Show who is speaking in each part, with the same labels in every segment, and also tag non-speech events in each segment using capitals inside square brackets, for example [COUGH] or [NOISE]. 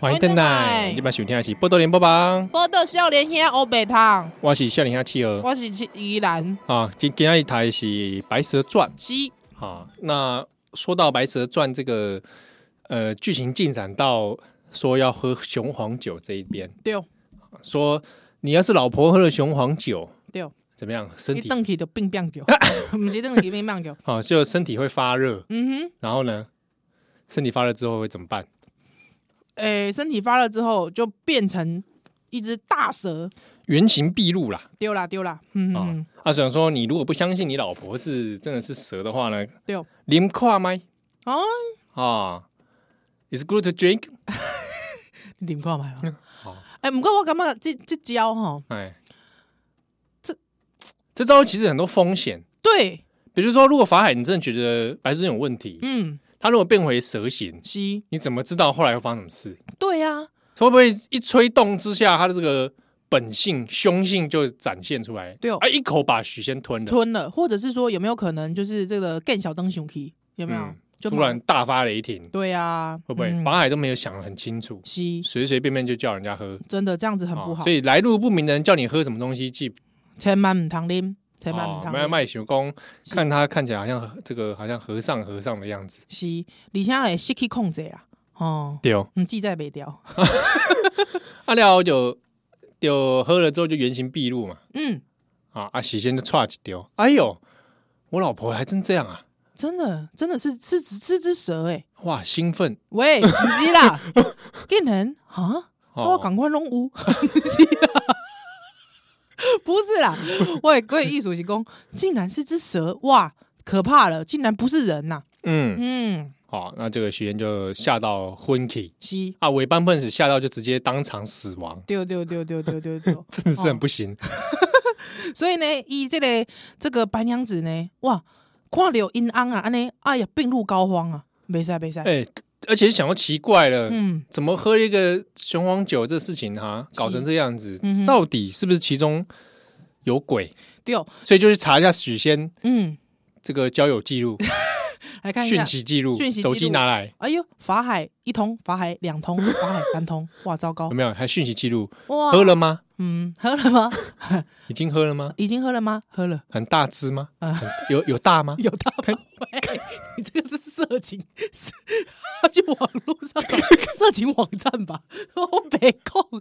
Speaker 1: 欢迎邓
Speaker 2: 欢迎回
Speaker 1: 奶，
Speaker 2: 来
Speaker 1: 你把收听的是波多连播吧，
Speaker 2: 报道少年兄欧北
Speaker 1: [LAUGHS]
Speaker 2: 汤，
Speaker 1: 我是笑脸下企鹅
Speaker 2: 我是去宜兰
Speaker 1: 啊，今今天一台是《白蛇传
Speaker 2: 鸡，》
Speaker 1: 啊。那说到《白蛇传》这个呃剧情进展到说要喝雄黄酒这一边，
Speaker 2: 对
Speaker 1: 说你要是老婆喝了雄黄酒，
Speaker 2: 对，
Speaker 1: 怎么样？身
Speaker 2: 一
Speaker 1: 体
Speaker 2: 顿起就病
Speaker 1: [LAUGHS]
Speaker 2: 病掉，不是顿起病病掉，
Speaker 1: 啊，就身体会发热，
Speaker 2: [LAUGHS] 嗯哼，
Speaker 1: 然后呢，身体发热之后会怎么办？
Speaker 2: 诶、身体发热之后就变成一只大蛇，
Speaker 1: 原形毕露啦。
Speaker 2: 丢啦丢啦，嗯哼哼，
Speaker 1: 啊，想说你如果不相信你老婆是真的是蛇的话呢，
Speaker 2: 对哦，
Speaker 1: 您跨麦
Speaker 2: 哦，
Speaker 1: 啊，It's good to drink，
Speaker 2: 你点
Speaker 1: [LAUGHS]
Speaker 2: 看买吧
Speaker 1: 好。
Speaker 2: 诶、不过我感觉这这招吼，
Speaker 1: 哎，
Speaker 2: 这
Speaker 1: 这招其实很多风险，
Speaker 2: 对，
Speaker 1: 比如说如果法海你真的觉得白素贞有问题，
Speaker 2: 嗯，
Speaker 1: 他如果变回蛇形，
Speaker 2: 是，
Speaker 1: 你怎么知道后来会发生什么事？
Speaker 2: 对啊，
Speaker 1: 会不会一吹动之下，他的这个本性凶性就展现出来？
Speaker 2: 对哦
Speaker 1: 啊，一口把许仙吞了，
Speaker 2: 吞了，或者是说有没有可能就是这个更小灯熊 k 有没有？
Speaker 1: 嗯
Speaker 2: 就
Speaker 1: 突然，大发雷霆，
Speaker 2: 对啊，
Speaker 1: 会不会？
Speaker 2: 嗯
Speaker 1: 法海都没有想得很清楚，
Speaker 2: 是，
Speaker 1: 随随便便就叫人家喝，
Speaker 2: 真的这样子很不
Speaker 1: 哦
Speaker 2: 好
Speaker 1: 所，以来路不明的人叫你喝什么东西，记
Speaker 2: 千万唔通啉，千万唔
Speaker 1: 哦
Speaker 2: 通
Speaker 1: 卖
Speaker 2: 啉。
Speaker 1: 卖熊公，
Speaker 2: 是
Speaker 1: 看他看起来好像这个好像和尚和尚的样子。
Speaker 2: 是，而且会失去控制啦。哦，
Speaker 1: 对哦，
Speaker 2: 嗯，记载袂掉。
Speaker 1: 阿廖啊就就喝了之后就原形毕露嘛，
Speaker 2: 嗯，
Speaker 1: 啊啊，许仙就歘一丢，哎呦，我老婆还真这样啊，
Speaker 2: 真的，真的是是是是只蛇诶、
Speaker 1: 哇，兴奋
Speaker 2: 喂，不
Speaker 1: [LAUGHS]
Speaker 2: 是啦，竟然啊，我
Speaker 1: 哦，
Speaker 2: 赶快弄乌， [LAUGHS] 不是啦，不
Speaker 1: [LAUGHS]
Speaker 2: 是啦，我各位艺术是讲，竟然是只蛇，哇，可怕了，竟然不是人呐、
Speaker 1: 嗯，
Speaker 2: 嗯，
Speaker 1: 好、那这个许仙就吓到昏体
Speaker 2: 是，
Speaker 1: 啊，尾班笨死吓到就直接当场死亡， [LAUGHS]
Speaker 2: 对对对对对对对。
Speaker 1: 真的是很不行，
Speaker 2: 哦所以呢，伊这个这个白娘子呢，哇，看到因翁啊，安尼，哎呀，病入膏肓啊，袂使袂使，
Speaker 1: 哎、而且想到奇怪了。
Speaker 2: 嗯，
Speaker 1: 怎么喝一个雄黄酒这事情哈、搞成这样子，
Speaker 2: 嗯哼
Speaker 1: 到底是不是其中有鬼？
Speaker 2: 对哦，
Speaker 1: 所以就去查一下许仙
Speaker 2: 嗯，
Speaker 1: 这个交友记录、
Speaker 2: 来 [LAUGHS] 看一
Speaker 1: 讯
Speaker 2: 下。
Speaker 1: 息记录、
Speaker 2: 讯息记录
Speaker 1: 手机拿来
Speaker 2: 哎呦，法海一通，法海两通，法海三 [LAUGHS] 通，哇，糟糕
Speaker 1: 有，没有？还讯息记录，
Speaker 2: 哦哇，
Speaker 1: 喝，了吗？
Speaker 2: 嗯，喝了吗？
Speaker 1: 已经喝了吗？
Speaker 2: 已经喝了吗？喝了，
Speaker 1: 很大只吗？
Speaker 2: 啊
Speaker 1: 很有有大吗？
Speaker 2: 有大吗？喂，你这个是色情， [LAUGHS] 是要去网络 [LAUGHS] 上找色情网站吧？我北控，不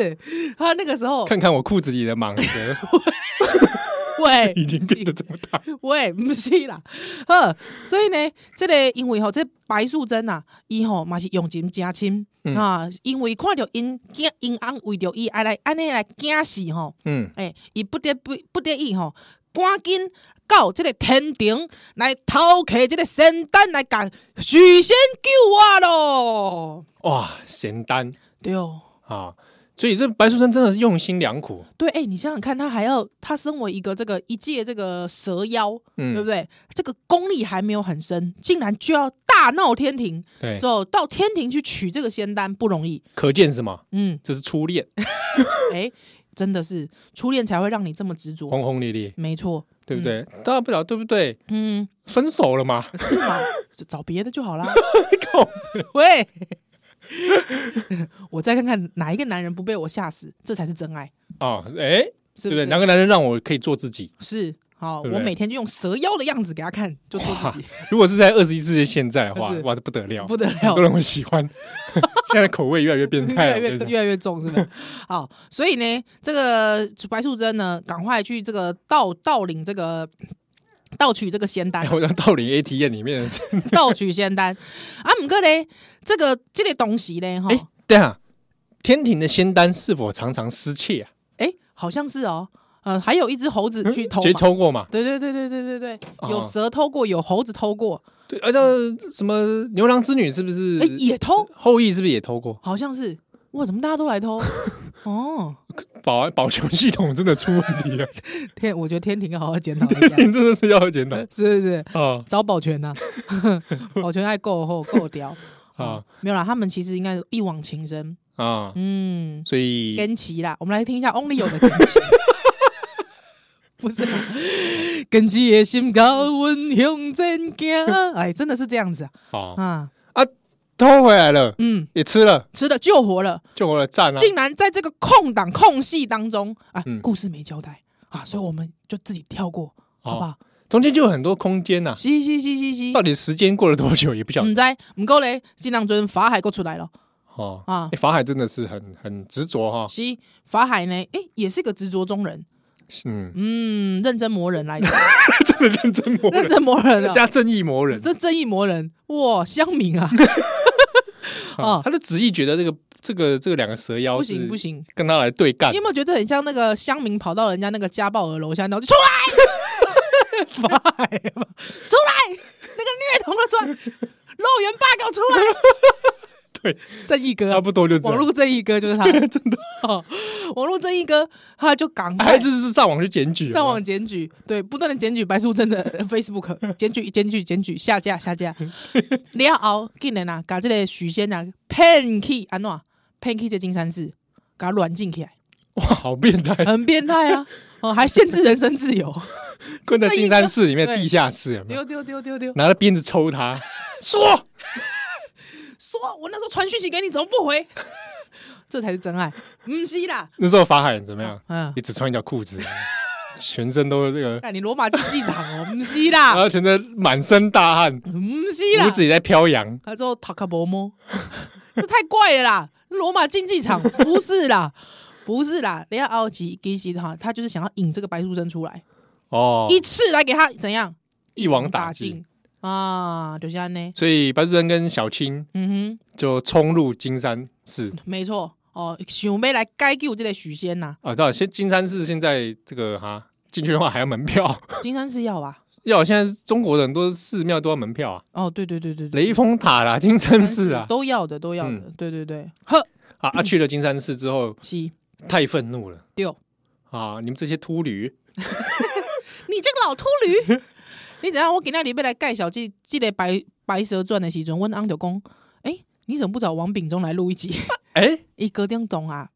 Speaker 2: 是他那个时候，
Speaker 1: 看看我裤子里的蟒蛇
Speaker 2: [LAUGHS] 喂，
Speaker 1: 已经变得这么大，
Speaker 2: 喂，不是啦，呵，所以呢，这个因为吼，这白素贞啊，伊吼嘛是用情真深、
Speaker 1: 嗯
Speaker 2: 啊，因为看着因惊因翁为着伊爱来安尼来惊死吼，
Speaker 1: 嗯，
Speaker 2: 诶、伊不得不不得已吼，赶紧到这个天庭来偷摕这个仙丹来甲许仙救我咯，
Speaker 1: 哇，咸丹
Speaker 2: 对哦。
Speaker 1: 啊！所以这白素贞真的是用心良苦，
Speaker 2: 对，哎、你想想看，他还要他身为一个这个一介这个蛇妖，对
Speaker 1: 嗯
Speaker 2: 不，对？这个功力还没有很深，竟然就要大闹天庭，
Speaker 1: 对，
Speaker 2: 就到天庭去取这个仙丹不容易。
Speaker 1: 可见什么？
Speaker 2: 嗯，
Speaker 1: 这是初恋，
Speaker 2: 哎，真的是初恋才会让你这么执着，
Speaker 1: 轰轰烈烈，
Speaker 2: 没错，
Speaker 1: 对不对？大不了对不对？
Speaker 2: 嗯，
Speaker 1: 分手了嘛？ [LAUGHS]
Speaker 2: 是吗？是找别的就好啦。
Speaker 1: 靠
Speaker 2: 喂， [LAUGHS] 我再看看哪一个男人不被我吓死，这才是真爱，
Speaker 1: 啊，哎，
Speaker 2: 是
Speaker 1: 对不
Speaker 2: 不
Speaker 1: 对？
Speaker 2: 是？
Speaker 1: 哪个男人让我可以做自己？
Speaker 2: 是。好，
Speaker 1: 对不
Speaker 2: 我
Speaker 1: 对
Speaker 2: 每天就用蛇妖的样子给他看，就做自己， [LAUGHS]
Speaker 1: 如果是在二十一世纪现在的话
Speaker 2: 是，
Speaker 1: 哇，这不得了，
Speaker 2: 不得
Speaker 1: 很
Speaker 2: 了
Speaker 1: 多。人会喜欢。 [LAUGHS] 现在的口味越来越变
Speaker 2: 越
Speaker 1: 态了，
Speaker 2: 来越
Speaker 1: 我跟你
Speaker 2: 越来越重，
Speaker 1: [LAUGHS]
Speaker 2: 是不是？好，所以呢，这个白素贞呢，赶快去这个盗盗领这个盗取这个仙
Speaker 1: [LAUGHS]
Speaker 2: 丹
Speaker 1: 讲，我像盗领 ATM 里面的 [LAUGHS] 这，
Speaker 2: 盗取仙丹。啊，唔过呢，这个这个东西呢，哈，
Speaker 1: 哎，对啊，天庭的仙丹是否常常失窃啊？
Speaker 2: 哎，好像是哦，呃，还有一只猴子去偷
Speaker 1: 谁
Speaker 2: 嘛。
Speaker 1: 嗯偷过嘛？
Speaker 2: 对对对对对对对，有
Speaker 1: 哦
Speaker 2: 蛇偷过，有猴子偷过，
Speaker 1: 对，而且什么牛郎织女是不是
Speaker 2: 哎、？也偷，
Speaker 1: 后羿是不是也偷过？
Speaker 2: 好像是，哇，怎么大家都来
Speaker 1: [LAUGHS]
Speaker 2: 偷？哦，
Speaker 1: 保安保全系统真的出问题啊 [LAUGHS] 了，
Speaker 2: 天，我觉得天庭要好好检
Speaker 1: [LAUGHS]
Speaker 2: 讨一下，
Speaker 1: 真的是要检讨
Speaker 2: 是不是？
Speaker 1: 啊
Speaker 2: 找保全呐、 [LAUGHS] 保全爱够厚
Speaker 1: [LAUGHS]
Speaker 2: 够屌
Speaker 1: 啊
Speaker 2: 啊！没有啦，他们其实应该是一往情深，
Speaker 1: 啊！
Speaker 2: 嗯，
Speaker 1: 所以
Speaker 2: 跟奇啦，我们来听一下 Only 有的跟奇， [LAUGHS] 不是啦，跟奇
Speaker 1: [LAUGHS]
Speaker 2: 的心高，阮向前行，哎，真的是这样子啊
Speaker 1: 啊
Speaker 2: 啊！
Speaker 1: 啊，偷回来了，
Speaker 2: 嗯，
Speaker 1: 也吃了，
Speaker 2: 吃的救活了，
Speaker 1: 救活了，赞啊！
Speaker 2: 竟然在这个空档空隙当中啊
Speaker 1: 嗯，
Speaker 2: 故事没交代啊，所以我们就自己跳过，好不好？
Speaker 1: 哦中间就有很多空间呐、
Speaker 2: 是是是是是
Speaker 1: 到，底时间过了多久也不晓得
Speaker 2: 唔知唔够嘞，新郎尊法海过出来了
Speaker 1: 哦。
Speaker 2: 啊
Speaker 1: 哎，法海真的是很很执着哈，
Speaker 2: 是法海呢，诶，也是个执着中人，
Speaker 1: 嗯，
Speaker 2: 嗯，认真磨人来着，
Speaker 1: 真的认真磨
Speaker 2: 认
Speaker 1: 人，
Speaker 2: 真磨人啊，
Speaker 1: 加正义磨人
Speaker 2: 这正义磨人，哇，乡民啊，
Speaker 1: 啊
Speaker 2: 哦！
Speaker 1: 他的旨意觉得这个这个这个两个蛇妖
Speaker 2: 不行
Speaker 1: 是
Speaker 2: 不行，
Speaker 1: 跟他来对干
Speaker 2: 你有，没有觉得很像那个乡民跑到人家那个家暴儿楼下，然后就出来，
Speaker 1: [LAUGHS]
Speaker 2: 法海嘛，出来，那个虐童的出来，肉圆爸给我出来，
Speaker 1: [LAUGHS] 对，
Speaker 2: 正义哥
Speaker 1: 差
Speaker 2: 啊，
Speaker 1: 不多就这
Speaker 2: 网
Speaker 1: 样。
Speaker 2: 络正义哥就
Speaker 1: [LAUGHS]
Speaker 2: 是他，真的哦，网络正义哥他就赶快
Speaker 1: 孩子是上网去检举，
Speaker 2: 上网检举，对，不断的检举白素贞的 [LAUGHS] Facebook，检举检举检举下架下 [LAUGHS] 架，了后竟然啊，把这个许仙啊骗去安怎骗去这金山寺，给他软禁起 [LAUGHS] 来，
Speaker 1: 哇，好变态！
Speaker 2: 很变态啊！哦，还限制人身自由，
Speaker 1: 困在金山寺里面
Speaker 2: 对
Speaker 1: 地下室有没有？
Speaker 2: [LAUGHS] 丢丢丢丢丢！
Speaker 1: 拿着鞭子抽他，说
Speaker 2: 说我那时候传讯息给你，怎么不回？ [LAUGHS] 这才是真爱，唔是啦，
Speaker 1: 那时候法海怎么样？
Speaker 2: [LAUGHS] 嗯
Speaker 1: 你，只穿一条裤子，全身都是这个，
Speaker 2: 看你罗马竞技场哦，唔是 [LAUGHS]
Speaker 1: 然
Speaker 2: 啦，
Speaker 1: 后全身满身大汗，
Speaker 2: 唔是啦
Speaker 1: 你，自己在飘扬。
Speaker 2: 他之后塔卡伯摸， [LAUGHS] 这太怪了啦！罗马竞技场不是啦，不是啦，人家奥奇基西哈，他就是想要引这个白素贞出来，
Speaker 1: 哦，
Speaker 2: 一次来给他怎样
Speaker 1: 一网打尽。
Speaker 2: 啊？就是安呢，
Speaker 1: 所以白素贞跟小青
Speaker 2: 嗯
Speaker 1: 就冲入金山寺
Speaker 2: 哼，没错哦，想要来解救这个许仙呐、
Speaker 1: 啊。到现金山寺现在这个哈进去的话还要门票，
Speaker 2: 金山寺要吧？
Speaker 1: 要现在中国的很多寺庙都要门票啊，
Speaker 2: 哦，对对对对对，
Speaker 1: 雷峰塔啦、金山寺啊
Speaker 2: 都要的，都要的，
Speaker 1: 嗯
Speaker 2: 对对对，呵，
Speaker 1: 啊啊！去了金山寺之后
Speaker 2: 西
Speaker 1: 太愤怒了
Speaker 2: 丢，
Speaker 1: 啊！你们这些秃驴，
Speaker 2: 你这个老秃驴， [LAUGHS] 你怎样？我今天礼拜来介绍这这个白白蛇传的时阵，阮翁就讲，诶，你怎么不找王炳忠来录一集？ [LAUGHS]
Speaker 1: 哎，
Speaker 2: 伊哥定懂啊，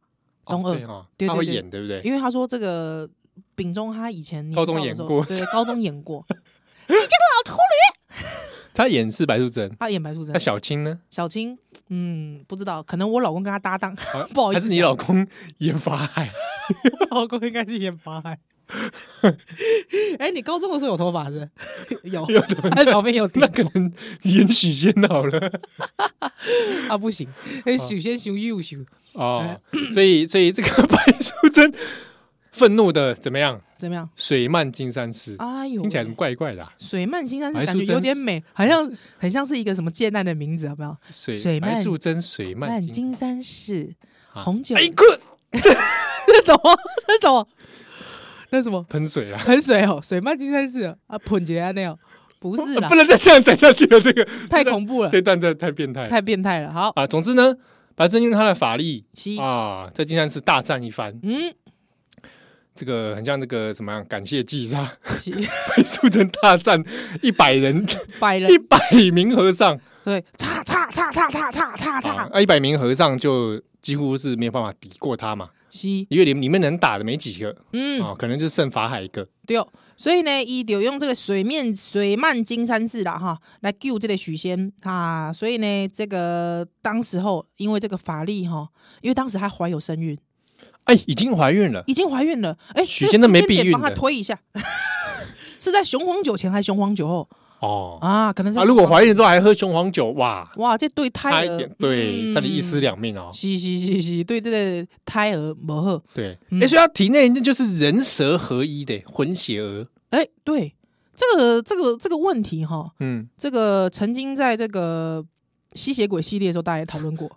Speaker 1: 哦
Speaker 2: 东二
Speaker 1: 对哦
Speaker 2: 对对
Speaker 1: 他会
Speaker 2: 对
Speaker 1: 演对不对？
Speaker 2: 因为他说这个炳忠他以前年
Speaker 1: 高中
Speaker 2: 少的
Speaker 1: 演
Speaker 2: 时候
Speaker 1: 过
Speaker 2: 对，高中演
Speaker 1: [LAUGHS]
Speaker 2: 过，
Speaker 1: 他演是白素贞，
Speaker 2: 他演白素贞
Speaker 1: 那。小青呢？
Speaker 2: 小青，嗯，不知道，可能我老公跟他搭档，
Speaker 1: 啊
Speaker 2: [LAUGHS] 不好意
Speaker 1: 还
Speaker 2: 思，
Speaker 1: 是你老公演法海？ [LAUGHS]
Speaker 2: 我老公应该是演法 [LAUGHS] 海。哎、你高中的时候有头发
Speaker 1: [LAUGHS]
Speaker 2: 是不是？有， [LAUGHS] 他旁边有
Speaker 1: 那可能演许仙好了。
Speaker 2: 啊，不行，哎，首先修又修，
Speaker 1: 哦，所以所以这个白素贞愤怒的怎么样？
Speaker 2: 怎么样？
Speaker 1: 水漫金山寺，
Speaker 2: 哎呦喂，
Speaker 1: 听起来怎么怪怪的、啊？
Speaker 2: 水漫金山
Speaker 1: 白
Speaker 2: 寺
Speaker 1: 素
Speaker 2: 感觉
Speaker 1: 贞
Speaker 2: 有点美，好像很像是一个什么贱难的名字，有没有？
Speaker 1: 水
Speaker 2: 水漫
Speaker 1: 白素贞水漫
Speaker 2: 漫
Speaker 1: 金
Speaker 2: 金山寺
Speaker 1: 啊
Speaker 2: 红酒，
Speaker 1: 哎个
Speaker 2: [LAUGHS] 那什么？那什么？ [LAUGHS] 那什么？
Speaker 1: 喷水啦！
Speaker 2: 喷水哦，水漫金山寺哦啊，捧起来那样，不是
Speaker 1: [LAUGHS]
Speaker 2: 啦
Speaker 1: 啊不，能再这样讲下去了，这个
Speaker 2: 太恐怖了，
Speaker 1: 这段真的太变态了
Speaker 2: 太变态了。好，
Speaker 1: 啊！总之呢，白素贞用她的法力
Speaker 2: 西，
Speaker 1: 啊，在金山寺大战一番，
Speaker 2: 嗯，
Speaker 1: 这个很像那个什么样感谢祭是吧？
Speaker 2: 西
Speaker 1: [LAUGHS] 白素贞大战一百人，
Speaker 2: 百人
Speaker 1: [LAUGHS] 一百名和尚
Speaker 2: 对，叉叉叉叉叉叉叉叉，
Speaker 1: 啊，一百名和尚就几乎是没有办法抵过他嘛。
Speaker 2: 西，
Speaker 1: 因为你们你们能打的没几个啊、
Speaker 2: 嗯，
Speaker 1: 哦可能就剩法海一个。
Speaker 2: 对，所以呢，伊就用这个水面水漫金山寺啦哈，来救这个许仙啊。所以呢，这个当时候因为这个法力哈，因为当时还怀有身孕，
Speaker 1: 哎，已经怀孕了，
Speaker 2: 已经怀孕了。哎，
Speaker 1: 许
Speaker 2: 这个
Speaker 1: 仙都没
Speaker 2: 时间点
Speaker 1: 避孕
Speaker 2: 帮他
Speaker 1: 的
Speaker 2: 推一下， [LAUGHS] 是在雄黄酒前还是雄黄酒后
Speaker 1: 哦
Speaker 2: 啊？可能是
Speaker 1: 啊！如果怀孕之后还喝雄黄酒，哇，
Speaker 2: 哇，这对胎
Speaker 1: 差
Speaker 2: 儿
Speaker 1: 一点，
Speaker 2: 嗯
Speaker 1: 对，差点一尸
Speaker 2: 两。
Speaker 1: 两命哦。
Speaker 2: 是是是是，对这个胎儿不好。
Speaker 1: 对，
Speaker 2: 嗯
Speaker 1: 哎，所以他体内那就是人蛇合一的混血儿。
Speaker 2: 哎，对这个这个这个问题哈，
Speaker 1: 嗯，
Speaker 2: 这个曾经在这个吸血鬼系列的时候，大家也讨
Speaker 1: [LAUGHS]
Speaker 2: 论过。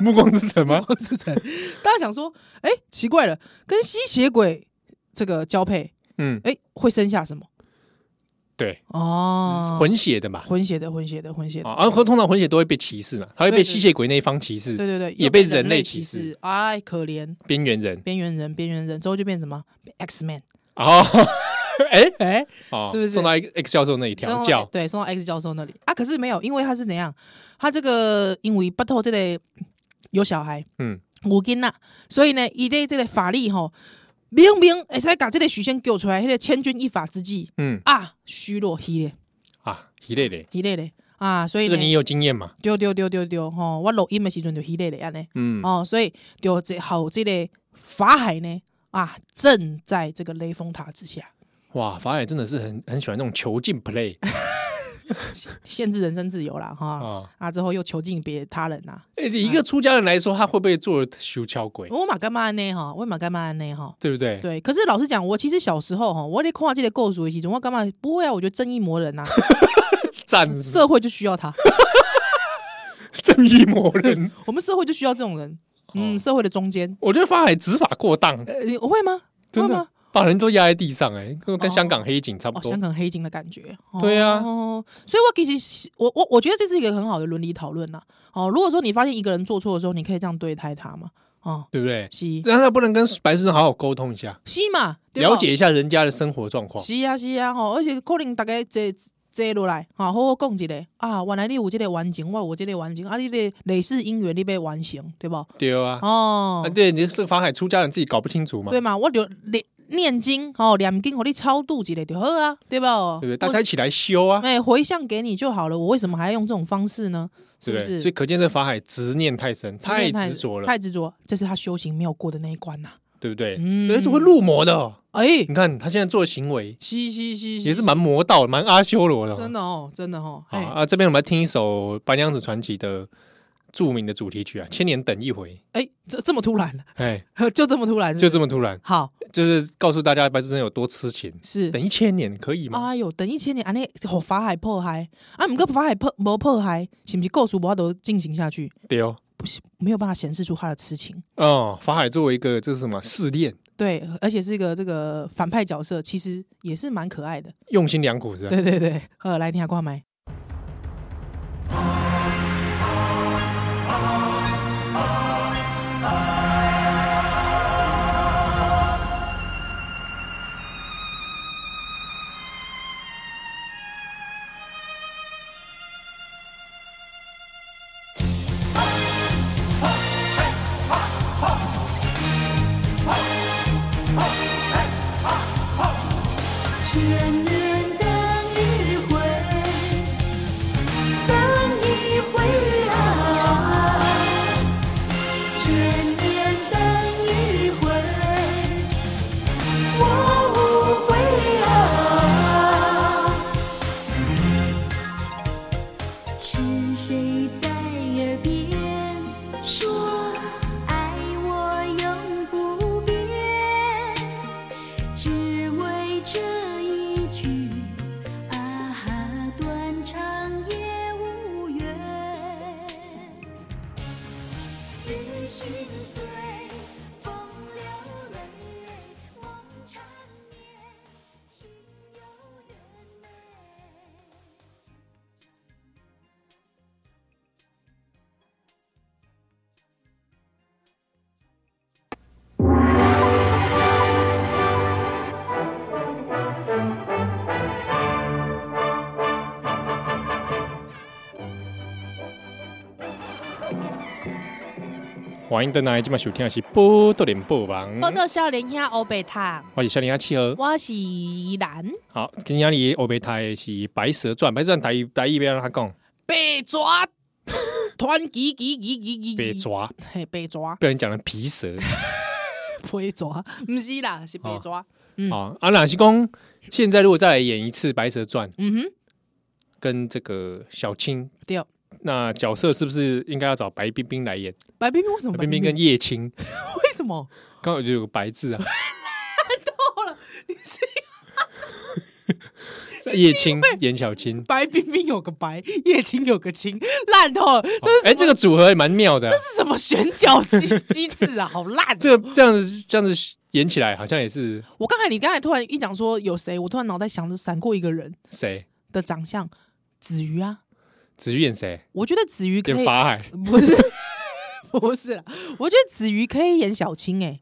Speaker 1: 目光是什么？
Speaker 2: 王志成，大家想说，哎、奇怪了，跟吸血鬼这个交配，
Speaker 1: 嗯，
Speaker 2: 哎、会生下什么？
Speaker 1: 对，
Speaker 2: 哦，
Speaker 1: 混血的嘛。
Speaker 2: 混血的，混血的，混血的，
Speaker 1: 啊，然后通常混血都会被歧视嘛，他会被
Speaker 2: 对对
Speaker 1: 吸血鬼那一方歧视
Speaker 2: 对，对对，
Speaker 1: 也
Speaker 2: 又
Speaker 1: 被人
Speaker 2: 人
Speaker 1: 类歧
Speaker 2: 歧
Speaker 1: 视，
Speaker 2: 哎，可怜，
Speaker 1: 边缘人。
Speaker 2: 边缘人，边缘人，之后就变什么 X Man，
Speaker 1: [LAUGHS] 哦，哎，
Speaker 2: 哎，
Speaker 1: 哦，
Speaker 2: 是不是
Speaker 1: 送到 X 教授那里调
Speaker 2: 之后
Speaker 1: 教？
Speaker 2: 对，送到 X 教授那里啊，可是没有，因为他是怎样，他这个因为不透这个有小孩，
Speaker 1: 嗯，
Speaker 2: 五斤呐，所以呢，伊对这个法力吼，明明会使把这个许仙救出来，迄、那个千钧一发之际
Speaker 1: 嗯
Speaker 2: 啊，虚弱迄个
Speaker 1: 啊，一类的
Speaker 2: 迄个咧啊，所以
Speaker 1: 这
Speaker 2: 呢
Speaker 1: 个你有经验嘛？
Speaker 2: 丢丢丢丢丢吼，我录音的时阵就迄类的安尼。
Speaker 1: 嗯，
Speaker 2: 哦，所以就这好这个法海呢啊，正在这个雷峰塔之下，
Speaker 1: 哇，法海真的是很很喜欢那种囚禁 play
Speaker 2: 限制人身自由啦哈。 [LAUGHS]
Speaker 1: 啊。
Speaker 2: 啊，之后又囚禁别他人呐、
Speaker 1: 哎，以一个出家人来说，他会不会做修桥鬼？
Speaker 2: 我嘛干嘛呢哈？我嘛干嘛呢哈？
Speaker 1: 对不对？
Speaker 2: 对，可是老实讲，我其实小时候哈，我在看这个构图的时候，我干嘛不会啊？我觉得正义魔人呐、
Speaker 1: 战 [LAUGHS]
Speaker 2: [LAUGHS] 社会就需要他，
Speaker 1: 正义魔人，
Speaker 2: 我们社会就需要这种人。嗯，社会的中间，
Speaker 1: 我觉得法海执法过当，
Speaker 2: 呃，你会吗？
Speaker 1: 真
Speaker 2: 会
Speaker 1: 的
Speaker 2: 吗？
Speaker 1: 把人都压在地上，哎，跟跟
Speaker 2: 哦
Speaker 1: 香港黑警差不
Speaker 2: 哦，
Speaker 1: 多
Speaker 2: 香。港黑金的感觉。哦
Speaker 1: 对啊
Speaker 2: 所以我其实我我我觉得这是一个很好的伦理讨论呐。哦，如果说你发现一个人做错的时候，你可以这样对待他嘛。哦，
Speaker 1: 对不对？
Speaker 2: 是
Speaker 1: 让他不能跟白先生好好沟通一下，
Speaker 2: 是嘛，对吧
Speaker 1: 了解一下人家的生活状况。
Speaker 2: 是啊是啊吼，而且可能大家坐坐落来，吼好好讲一下啊，原来你有这个完情，我有这个完情，啊，你的累世姻缘你被完成，对不？
Speaker 1: 对啊，
Speaker 2: 哦
Speaker 1: 啊，，对，你这个法海出家人自己搞不清楚嘛，
Speaker 2: 对
Speaker 1: 对
Speaker 2: 嘛，我就念念经，哦，念经，和你超度一下就好啊，对不？
Speaker 1: 不对？大家一起来修啊，
Speaker 2: 哎、回向给你就好了，我为什么还要用这种方式呢？是
Speaker 1: 对
Speaker 2: 不
Speaker 1: 不
Speaker 2: 是？
Speaker 1: 对？所以可见这法海执念太深，太执着了，
Speaker 2: 太执着，这是他修行没有过的那一关呐、
Speaker 1: 对不对？
Speaker 2: 嗯
Speaker 1: 对，这会入魔的哦。
Speaker 2: 哎、
Speaker 1: 你看他现在做的行为
Speaker 2: 嘻嘻嘻嘻，
Speaker 1: 也是蛮魔道、蛮阿修罗的
Speaker 2: 真
Speaker 1: 哦。
Speaker 2: 的哦，真的哦，
Speaker 1: 好
Speaker 2: 哎、
Speaker 1: 啊，这边我们来听一首《白娘子传奇》的著名的主题曲啊，《千年等一回》。
Speaker 2: 哎、这这么突然， [LAUGHS]
Speaker 1: 哎，
Speaker 2: 就这么突然是不，
Speaker 1: 就是这么突然，
Speaker 2: 好
Speaker 1: 就是告诉大家白素贞有多痴情。
Speaker 2: 是。
Speaker 1: 等一千年可以吗？
Speaker 2: 哎哟，等一千年，安尼互法海迫害，啊，毋过法海破无迫害，是毋是故事无法度进行下去，
Speaker 1: 对哦，
Speaker 2: 没有办法显示出他的痴情。
Speaker 1: 哦，法海作为一个这是什么试炼，
Speaker 2: 对，而且是一个这个反派角色，其实也是蛮可爱的。
Speaker 1: 用心良苦是吧？
Speaker 2: 对对对，呃，来听下挂麦。
Speaker 3: 千年等一回，等一回啊！千年等一回，我无悔啊！是谁在耳边说爱我永不变？只为这一句啊哈，断肠也无怨。雨心碎，风流泪，梦缠绵，心有怨美。
Speaker 1: 欢迎登来，今晚收听的是《波多连播王》，
Speaker 2: 少年兄欧贝塔，
Speaker 1: 我是小林阿七儿。
Speaker 2: 我是依兰。
Speaker 1: 好，今天你我被台是《白蛇传》，《白蛇传》台语台语要让他讲
Speaker 2: 被 [LAUGHS] 抓，团吉吉吉吉吉，
Speaker 1: 被，抓，
Speaker 2: 嘿，被 [LAUGHS] 抓，
Speaker 1: 不然讲成皮蛇
Speaker 2: 被抓，不是啦，是被抓。
Speaker 1: 啊。啊，哪是公现在如果再来演一次《白蛇传》，
Speaker 2: 嗯哼，
Speaker 1: 跟这个小青，
Speaker 2: 对，
Speaker 1: 那角色是不是应该要找白冰冰来演？
Speaker 2: 白冰冰为什么？
Speaker 1: 哦白冰冰跟叶青，
Speaker 2: 为什么？
Speaker 1: 刚好就有个白字
Speaker 2: [LAUGHS]
Speaker 1: 啊。你是叶青演小青，
Speaker 2: 白冰冰有个白，叶青有个青，烂透了！这是
Speaker 1: 哎，这个组合也蛮妙的啊。
Speaker 2: 什么选角机
Speaker 1: [LAUGHS]
Speaker 2: 机制啊？好烂！
Speaker 1: 这个这样子这样子演起来，好像也是
Speaker 2: 我刚才你刚才突然一讲说有谁，我突然脑袋想着闪过一个人
Speaker 1: 谁？
Speaker 2: 的长相，子瑜啊，
Speaker 1: 子瑜演谁？
Speaker 2: 我觉得子瑜可
Speaker 1: 演
Speaker 2: 以，
Speaker 1: 法海。
Speaker 2: 不是 [LAUGHS] 不是啦，我觉得子瑜可以演小青哎、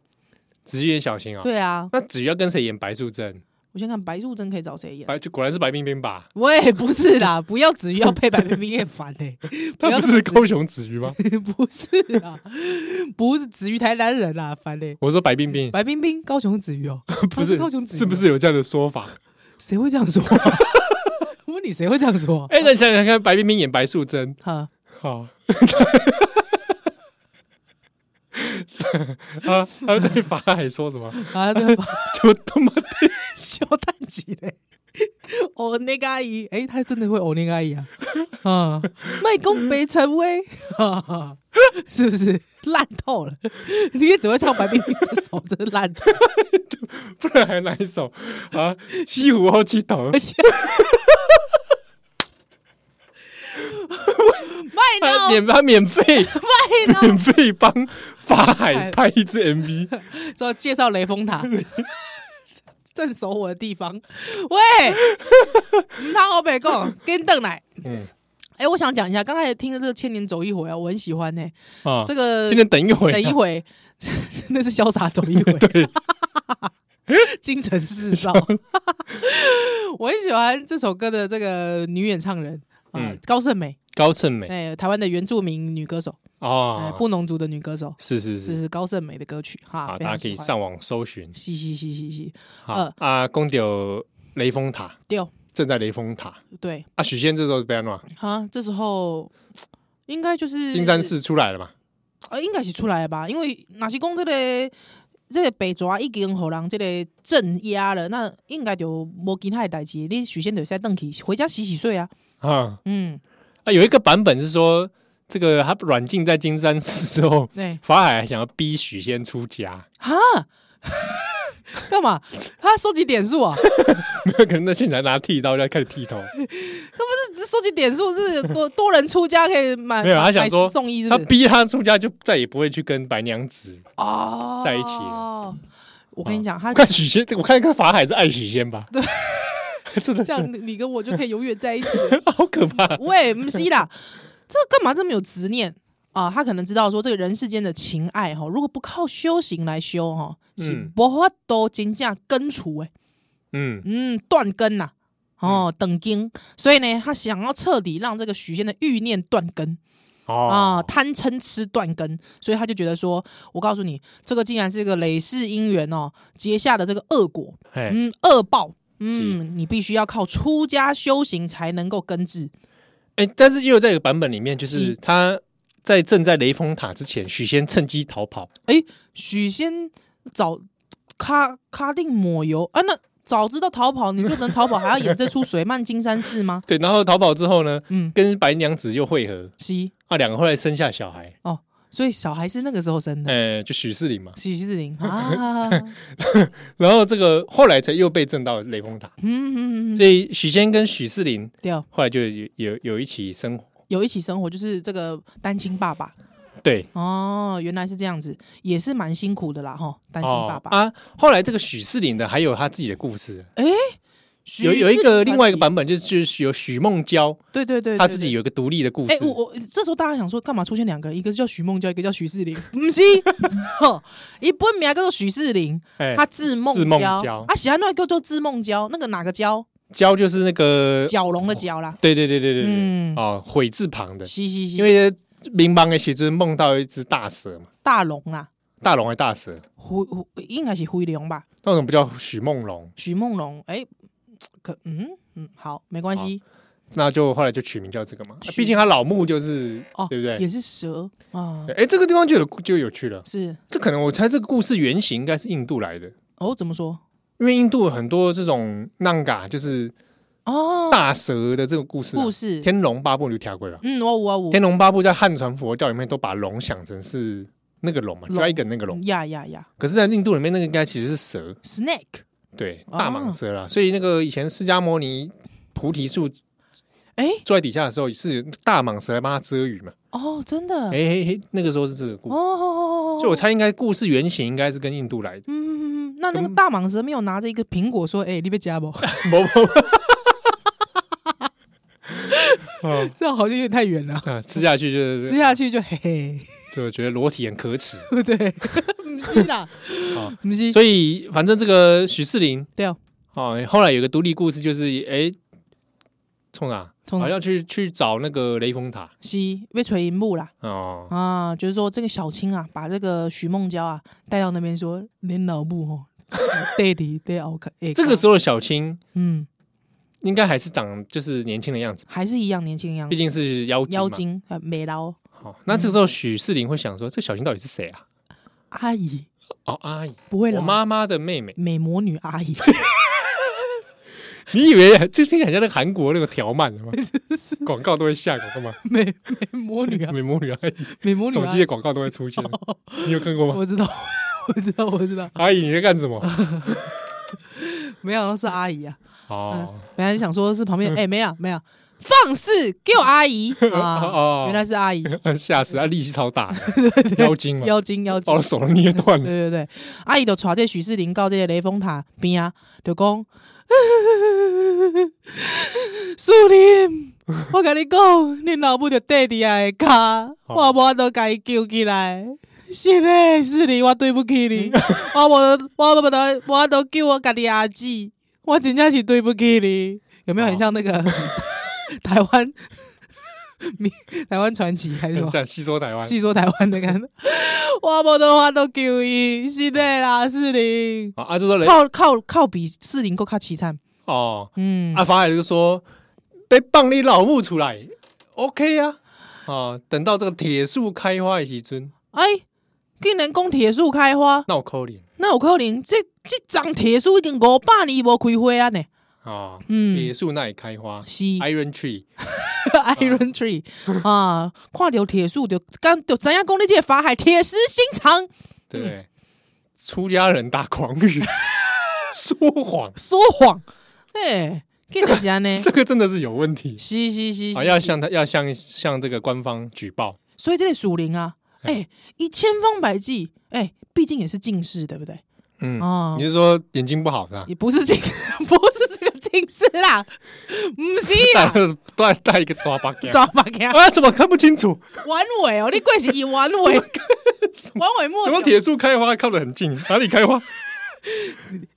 Speaker 1: 子瑜演小青啊、
Speaker 2: 对啊，
Speaker 1: 那子瑜要跟谁演白素贞？
Speaker 2: 我先看白素贞可以找谁演。
Speaker 1: 白就果然是白冰冰吧？
Speaker 2: 喂，不是啦，不要子瑜要配白冰冰，也很烦哎、不
Speaker 1: [LAUGHS] 他
Speaker 2: 要
Speaker 1: 不是高雄子瑜吗？
Speaker 2: [LAUGHS] 不是啦，不是子瑜台南人啦，烦嘞、
Speaker 1: 我说白冰冰
Speaker 2: 白冰冰，高雄子瑜哦、她
Speaker 1: [LAUGHS] 不是
Speaker 2: 高雄子瑜，
Speaker 1: 是不？是有这样的说法？
Speaker 2: [LAUGHS] 谁会这样说？我你谁会这样说？
Speaker 1: 哎，那你想想看，白冰冰演白素贞，
Speaker 2: 哈，
Speaker 1: 好。 [LAUGHS] 啊！他对法海说什么？ [LAUGHS]
Speaker 2: 啊，对吧？
Speaker 1: 就他妈的
Speaker 2: 小蛋鸡嘞， [LAUGHS] 哦那个阿姨，哎，他真的会哦那个阿姨啊， [LAUGHS] 啊，卖公北陈威，哈哈 [LAUGHS] 是不是烂透了？你也只会唱白冰冰这首，真的烂透了。
Speaker 1: 不然还有哪一首啊？西湖后期岛
Speaker 2: 而且卖
Speaker 1: 他
Speaker 2: 到
Speaker 1: 免他免费
Speaker 2: [LAUGHS] 卖到
Speaker 1: 免费帮法海拍一支
Speaker 2: [LAUGHS]
Speaker 1: MV，
Speaker 2: 说介绍雷峰塔，镇守我的地方。喂，他好北讲，跟邓来。
Speaker 1: 嗯
Speaker 2: 哎、我想讲一下，刚才听的这个《千年走一回》啊，我很喜欢呢、
Speaker 1: 啊，
Speaker 2: 这个
Speaker 1: 今天等一会，
Speaker 2: 等一，回， [LAUGHS] 那是潇洒走一回，
Speaker 1: [LAUGHS]
Speaker 2: [LAUGHS]
Speaker 1: 对，
Speaker 2: 京城四少。 [LAUGHS] 我很喜欢这首歌的这个女演唱人啊、
Speaker 1: 嗯
Speaker 2: 高胜美，
Speaker 1: [LAUGHS] 高胜美
Speaker 2: 哎、台湾的原住民女歌手，哎、
Speaker 1: 啊，
Speaker 2: 布农族的女歌手，
Speaker 1: 是是
Speaker 2: 这
Speaker 1: 是
Speaker 2: 是高胜美的歌曲哈，
Speaker 1: 啊，
Speaker 2: 非
Speaker 1: 大
Speaker 2: 常
Speaker 1: 家可以
Speaker 2: 喜欢。
Speaker 1: 上网搜寻。
Speaker 2: 嘻嘻嘻嘻嘻，
Speaker 1: 好
Speaker 2: 呃
Speaker 1: 啊，公丢雷峰塔，
Speaker 2: 六
Speaker 1: 正在雷峰塔
Speaker 2: 对，
Speaker 1: 啊，许仙这时候被安了，
Speaker 2: 啊，这时候应该就是
Speaker 1: 金山寺出来了嘛，
Speaker 2: 呃，应该是出来了吧？因为若是讲这个这个北蛇已经互人这个镇压了，那应该就无其他的代志。你许仙就使邓去回家洗洗睡啊。
Speaker 1: 啊
Speaker 2: 嗯，
Speaker 1: 啊，有一个版本是说，这个他软禁在金山寺之后， [LAUGHS]
Speaker 2: 对
Speaker 1: 法海还想要逼许仙出家， [LAUGHS]
Speaker 2: 哈， [LAUGHS] 干嘛？他收集点数啊？ [LAUGHS]
Speaker 1: 可能在现场拿剃刀就开始剃头。
Speaker 2: 这只收集点数是有多多人出家可以买
Speaker 1: 没有，他
Speaker 2: 买
Speaker 1: 想说
Speaker 2: 十送一是
Speaker 1: 他
Speaker 2: 不是？
Speaker 1: 逼他出家，就再也不会去跟白娘 [LAUGHS] 子。
Speaker 2: 哦，
Speaker 1: 在一起哦
Speaker 2: 哦，我跟你讲，他
Speaker 1: 看许仙，我看看法海是爱许仙吧？啊对，真的
Speaker 2: 这
Speaker 1: 是
Speaker 2: 样你你跟我就可以永远在一起了。
Speaker 1: [LAUGHS] 好可怕。
Speaker 2: 喂，不是啦，这干嘛这么有执念啊？他可能知道说这个人世间的情爱哈，如果不靠修行来修哈，是
Speaker 1: 嗯
Speaker 2: 无法度真正根除诶，
Speaker 1: 嗯，
Speaker 2: 嗯，断根呐、哦，等根，所以呢，他想要彻底让这个许仙的欲念断根啊，
Speaker 1: 哦，
Speaker 2: 贪嗔痴断根，所以他就觉得说，我告诉你，这个竟然是一个累世姻缘哦，结下的这个恶果，
Speaker 1: 哎，
Speaker 2: 嗯，恶报，
Speaker 1: 是
Speaker 2: 嗯，你必须要靠出家修行才能够根治，
Speaker 1: 哎，但是也有在一个版本里面，就是
Speaker 2: 是
Speaker 1: 他在正在雷峰塔之前，许仙趁机逃跑。
Speaker 2: 哎，许仙早卡卡定抹油啊，那早知道逃跑，你就能逃跑，还要演这出水漫金山寺吗？
Speaker 1: 对，然后逃跑之后呢，
Speaker 2: 嗯，
Speaker 1: 跟白娘子又会合，
Speaker 2: 是
Speaker 1: 啊，两个后来生下小孩，
Speaker 2: 哦，所以小孩是那个时候生的，
Speaker 1: 呃，就许世林嘛。
Speaker 2: 许志玲啊，
Speaker 1: 然后这个后来才又被震到雷峰塔，
Speaker 2: 嗯嗯嗯，
Speaker 1: 所以许仙跟许世林
Speaker 2: 对哦，
Speaker 1: 后来就有有有一起生活。
Speaker 2: 有一起生活就是这个单亲爸爸
Speaker 1: 对，
Speaker 2: 哦，原来是这样子，也是蛮辛苦的啦哈，单亲爸爸。
Speaker 1: 哦、啊。后来这个许世林的还有他自己的故事，
Speaker 2: 许
Speaker 1: 有有一
Speaker 2: 志
Speaker 1: 个
Speaker 2: 玲
Speaker 1: 另外一个版本，就是就是有许梦娇，
Speaker 2: 对对对，对
Speaker 1: 她自己
Speaker 2: 对
Speaker 1: 有一个独立的故事
Speaker 2: 哎、。我我这时候大家想说，干嘛出现两个人？一个叫许梦娇，一个叫许世林。不是，一本名叫做许世林，
Speaker 1: 哎
Speaker 2: 他字梦
Speaker 1: 字梦
Speaker 2: 娇
Speaker 1: 娇，
Speaker 2: 啊，喜欢那个叫做字梦娇，那个哪个娇？
Speaker 1: 娇就是那个，
Speaker 2: 角龙的角啦。
Speaker 1: 对对对哦对对
Speaker 2: 嗯
Speaker 1: 对，哦，悔字旁的，
Speaker 2: 嘻嘻嘻，
Speaker 1: 因为明帮的其实梦到一只大蛇嘛，
Speaker 2: 大龙啦，
Speaker 1: 大龙还大蛇，
Speaker 2: 灰灰应该是灰龙吧？
Speaker 1: 那为什么不叫许梦龙？
Speaker 2: 许梦龙，哎、可嗯嗯，好，没关
Speaker 1: 哦
Speaker 2: 系
Speaker 1: 那就后来就取名叫这个嘛，啊
Speaker 2: 许
Speaker 1: 毕竟他老木就是
Speaker 2: 哦，
Speaker 1: 对不
Speaker 2: 也
Speaker 1: 对？
Speaker 2: 是蛇啊
Speaker 1: 对，哎，这个地方就有就有趣了。
Speaker 2: 是
Speaker 1: 这可能我猜这个故事原型应该是印度来的，
Speaker 2: 哦，怎么说？
Speaker 1: 因为印度有很多这种浪嘎，就是
Speaker 2: 哦，
Speaker 1: 大蛇的这个故事啊、
Speaker 2: 故事，
Speaker 1: 天龙八部》你有听过吧？
Speaker 2: 嗯，我我我
Speaker 1: 天，龙八部》在汉传佛教里面都把龙想成是那个龙嘛
Speaker 2: 龙
Speaker 1: ，dragon 那个龙。
Speaker 2: 呀呀呀
Speaker 1: 可是，在印度里面，那个应该其实是蛇，
Speaker 2: ，snake，
Speaker 1: 对，
Speaker 2: 哦
Speaker 1: 大蟒蛇啦。所以那个以前释迦牟尼菩提树
Speaker 2: 哎、
Speaker 1: 坐在底下的时候，是大蟒蛇来帮他遮雨嘛？
Speaker 2: 哦，真的，
Speaker 1: 哎嘿嘿，那个时候是这个故事。
Speaker 2: 哦，
Speaker 1: 所以我猜，应该故事原型应该是跟印度来的。
Speaker 2: 嗯，那那个
Speaker 1: 跟
Speaker 2: 大蟒蛇没有拿着一个苹果说：“哎、你被夹不 [LAUGHS]
Speaker 1: 某某哦？”
Speaker 2: 这样好像有点太远了，
Speaker 1: 啊，吃下去就
Speaker 2: 吃
Speaker 1: 是
Speaker 2: 下去就嘿嘿，
Speaker 1: 就觉得裸体很可耻。
Speaker 2: 对不对？ [LAUGHS] 不是啦，
Speaker 1: 好
Speaker 2: 不是，
Speaker 1: 哦所以反正这个许世林
Speaker 2: 嗯对哦，
Speaker 1: 哦，后来有个独立故事，就是哎，冲哪？
Speaker 2: 冲哪啊
Speaker 1: 好像去去找那个雷峰塔
Speaker 2: 是被锤银幕啦
Speaker 1: 哦，
Speaker 2: 啊，就是说这个小青啊，把这个徐梦娇啊带到那边说， [LAUGHS] 连脑部哦，对的对 OK，
Speaker 1: 这个时候的小青
Speaker 2: 嗯，
Speaker 1: 应该还是长就是年轻的样子，
Speaker 2: 还是一样年轻的样
Speaker 1: 毕
Speaker 2: 子，
Speaker 1: 竟是妖精嘛
Speaker 2: 妖。精呃美劳
Speaker 1: 好、那这个时候许世林会想说，这小新到底是谁啊？
Speaker 2: 阿姨
Speaker 1: 哦，阿姨，
Speaker 2: 不会
Speaker 1: 我
Speaker 2: 老，
Speaker 1: 妈妈的妹妹。 [LAUGHS]
Speaker 2: 美魔女阿姨
Speaker 1: 你以为这听起来很像那个韩国那个条漫的
Speaker 2: [LAUGHS]
Speaker 1: 吗？广告都会下广告吗？
Speaker 2: 美美
Speaker 1: [LAUGHS]
Speaker 2: 魔女啊
Speaker 1: 美魔女阿姨，
Speaker 2: 美 [LAUGHS] 魔女
Speaker 1: 手
Speaker 2: 阿
Speaker 1: 机的
Speaker 2: 姨，哦
Speaker 1: 广告都会出现，你有看过吗？
Speaker 2: 我嗯知道 [LAUGHS] 我知道我知道，
Speaker 1: 阿姨你在干什么？
Speaker 2: 没想到是阿姨啊，
Speaker 1: 哦，
Speaker 2: 本来想说是旁边
Speaker 1: 嗯
Speaker 2: 哎没有没有。放肆，给我阿
Speaker 1: [LAUGHS]
Speaker 2: 姨
Speaker 1: 哦
Speaker 2: 啊！原来是
Speaker 1: [LAUGHS]
Speaker 2: 阿姨，
Speaker 1: 吓死！啊，力气超大，妖精嘛，
Speaker 2: 妖精妖
Speaker 1: 把
Speaker 2: 精
Speaker 1: 我，手都捏断了。
Speaker 2: 对对对，阿姨就带这许世林到这个雷峰塔边啊，就讲， [LAUGHS] 树林，我跟你讲，恁老母就缀伫阿个脚，我无法度甲伊救起来。是嘞，是你，我对不起你，我无，我无得，我都救我家己阿姊，我真正是对不起你。有没有很像那个 [LAUGHS] 台湾 [LAUGHS] 民台湾传奇还是什
Speaker 1: 很
Speaker 2: 么？
Speaker 1: 像吸收台湾。
Speaker 2: 细说台湾的
Speaker 1: [LAUGHS]
Speaker 2: 感觉，我无的话都救伊，是的啦，四零
Speaker 1: 啊，啊，就说雷
Speaker 2: 靠靠靠比四零够较凄惨，
Speaker 1: 哦，
Speaker 2: 嗯，
Speaker 1: 啊，法海就说被棒你老母出来，OK 啊，啊，等到这个铁树开花的时阵，
Speaker 2: 哎，竟然讲铁树开花，
Speaker 1: 那我扣脸
Speaker 2: 那有可能这这张铁树已经五百年无开花啊呢，
Speaker 1: 啊，
Speaker 2: 嗯
Speaker 1: 铁树那里开花
Speaker 2: 是
Speaker 1: ，Iron Tree，
Speaker 2: Iron Tree 啊，看到铁树就刚就知影讲你这个法海铁石心肠，
Speaker 1: 对不
Speaker 2: 嗯
Speaker 1: 对？出家人打诳语， [LAUGHS] 说谎，
Speaker 2: 说谎，哎，竟然是安尼，
Speaker 1: [LAUGHS] 这个真的是有问题
Speaker 2: 是是是，
Speaker 1: 啊！
Speaker 2: 是
Speaker 1: 要
Speaker 2: 是
Speaker 1: 向他要向向这个官方举报，
Speaker 2: 所以这个属灵啊，哎、一千方百计，哎、毕竟也是近视，对不对？
Speaker 1: 嗯，
Speaker 2: 哦
Speaker 1: 你，是说眼睛不好是吧？
Speaker 2: 也不是近 [LAUGHS] 视，不是这个近视啦，不是
Speaker 1: 戴
Speaker 2: 啦， [LAUGHS]
Speaker 1: 戴戴一个大把镜，
Speaker 2: 大把镜，
Speaker 1: 啊，怎么看不清楚？
Speaker 2: 丸尾哦，你贵是以丸 [LAUGHS] 尾，丸尾莫
Speaker 1: 什么
Speaker 2: 小，
Speaker 1: 铁树开花靠得很近，哪里开花？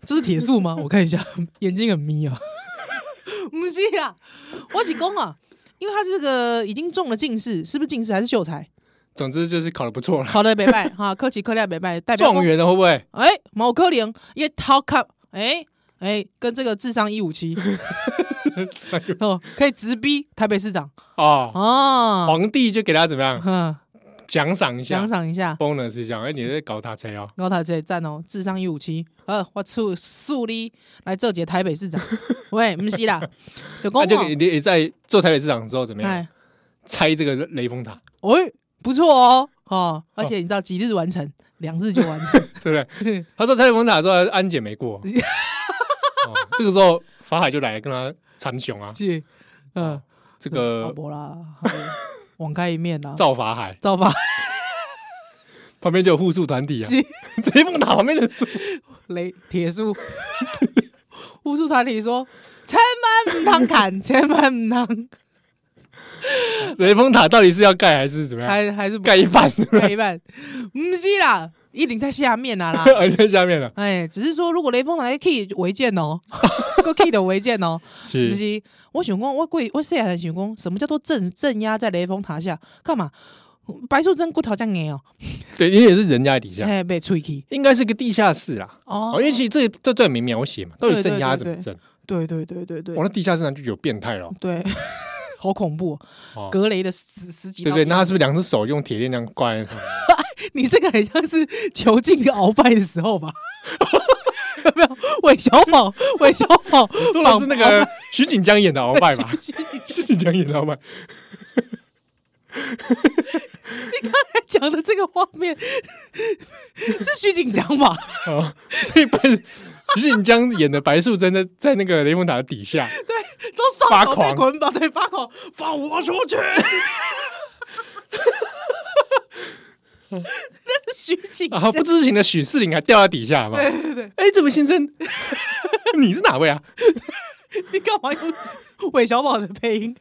Speaker 2: 这是铁树吗？我看一下， [LAUGHS] 眼睛很眯啊， [LAUGHS] 不是啦，我是讲啊，因为他是这个已经中了近视，是不是近视还是秀才？
Speaker 1: [LAUGHS] 总之就是考得不错了。
Speaker 2: 考的北拜哈，科技科量北拜代
Speaker 1: [LAUGHS]
Speaker 2: 表
Speaker 1: 状元的会不会？
Speaker 2: 哎、某科林也逃卡，哎、哎、跟这个智商一五
Speaker 1: [LAUGHS]
Speaker 2: 七哦，可以直逼台北市长
Speaker 1: 哦，
Speaker 2: 哦，
Speaker 1: 皇帝就给他怎么样
Speaker 2: 哼，
Speaker 1: 奖赏一下
Speaker 2: 奖赏一下，
Speaker 1: ，bonus 一下。哎，你在搞他谁哦？
Speaker 2: 高塔这赞哦，智商一五七，呃，我出树立来这届台北市
Speaker 1: [LAUGHS]
Speaker 2: 长，喂，不是啦，
Speaker 1: 那
Speaker 2: 有公
Speaker 1: 啊就
Speaker 2: 报
Speaker 1: 你，你在做台北市长之后怎么样？
Speaker 2: 哎，
Speaker 1: 拆这个雷峰 [LAUGHS] 塔，
Speaker 2: 喂，不错哦，哦，而且你知道几日完成，两日就完
Speaker 1: [LAUGHS]
Speaker 2: 成，
Speaker 1: 对不对？他说拆雷峰塔之后，安检没 [LAUGHS] 过。哦这个时候，法海就来跟他参雄啊，
Speaker 2: 是，嗯，
Speaker 1: 这
Speaker 2: 好
Speaker 1: 个
Speaker 2: 不啦，好啦网开一面啦，
Speaker 1: 呃造法海
Speaker 2: 造吧，
Speaker 1: 旁边就有护树团体啊 [LAUGHS]
Speaker 2: 是，
Speaker 1: 雷峰塔旁边的树，
Speaker 2: 雷铁树， [LAUGHS] 武术团体说：“千万不能砍， [LAUGHS] 千万不能，
Speaker 1: 雷峰塔到底是要盖还是怎么样？
Speaker 2: 还还是不
Speaker 1: 啊盖一半，对不对
Speaker 2: [LAUGHS] 盖一半，不是啦，一定在下面
Speaker 1: [LAUGHS]
Speaker 2: 啊啦。
Speaker 1: 而在下面了，
Speaker 2: 哎，只是说如果雷锋来 key 违建
Speaker 1: [LAUGHS]
Speaker 2: 哦，个 key 的违建哦，不
Speaker 1: 是
Speaker 2: 是？我想讲，我贵我虽然想讲，什么叫做镇镇压在雷锋塔下干嘛？白素贞骨头这样硬哦，
Speaker 1: 对，啊因为是人家的底下，
Speaker 2: 哎，被吹起
Speaker 1: 应该是个地下室啦。
Speaker 2: 哦
Speaker 1: 哦，因为其实这这段没描写嘛，到底镇压怎么
Speaker 2: 对
Speaker 1: 镇？
Speaker 2: 对对对对对
Speaker 1: 我那地下室上就有变态了，
Speaker 2: 对， [LAUGHS] 好恐怖哦、
Speaker 1: 哦
Speaker 2: 格雷的十十几
Speaker 1: 对
Speaker 2: 刀
Speaker 1: 不对？那他是不是两只手用铁链这样挂
Speaker 2: [LAUGHS]
Speaker 1: 在上面？
Speaker 2: 你这个很像是囚禁跟鳌拜的时候吧？ [LAUGHS] 有没有韦小宝？韦小
Speaker 1: [LAUGHS]
Speaker 2: 宝
Speaker 1: 说的是那个徐锦江演的鳌拜
Speaker 2: [LAUGHS]
Speaker 1: 吧？徐锦江演的鳌拜，
Speaker 2: 讲的这个画面是徐锦江吧？
Speaker 1: 哦，所以白徐锦江演的白素贞在在那个雷峰塔的底下，
Speaker 2: 都双
Speaker 1: 发
Speaker 2: 手被
Speaker 1: 狂
Speaker 2: 捆绑，对，发狂，放我出去！ [LAUGHS] 那是徐锦
Speaker 1: 然后
Speaker 2: 江，
Speaker 1: 啊不知情的许世林还掉在底下嘛？对对对，哎，这位先生， [LAUGHS] 你是哪位啊？
Speaker 2: 你干嘛用韦小宝的配音？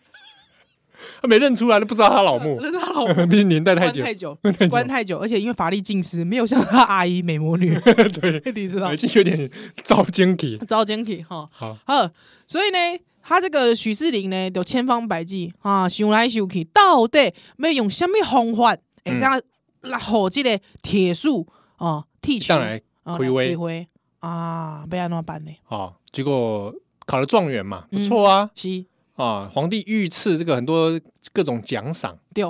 Speaker 1: 他没认出啊来，都不知道他老
Speaker 2: [LAUGHS]
Speaker 1: 母
Speaker 2: 那，是他老婆
Speaker 1: 毕竟年代太
Speaker 2: 关
Speaker 1: 久，
Speaker 2: 太久，关太久，而且因为法力尽失，没有像他阿姨美魔女，
Speaker 1: [LAUGHS] 对，
Speaker 2: 你知道
Speaker 1: 已？经有点遭惊体。
Speaker 2: 招奸体哈，
Speaker 1: 好，
Speaker 2: 好，所以呢，他这个许世林呢，就千方百计啊，想来想去，到底要用什么方法，
Speaker 1: 嗯
Speaker 2: 会使来好这个铁树哦，剃去
Speaker 1: 上来
Speaker 2: 啊
Speaker 1: 开
Speaker 2: 来
Speaker 1: 花
Speaker 2: 开花啊，要安怎么办呢？
Speaker 1: 哦，结果考了状元嘛，不
Speaker 2: 嗯
Speaker 1: 错啊、
Speaker 2: 是
Speaker 1: 啊！皇帝御赐这个很多各种奖赏，
Speaker 2: 对，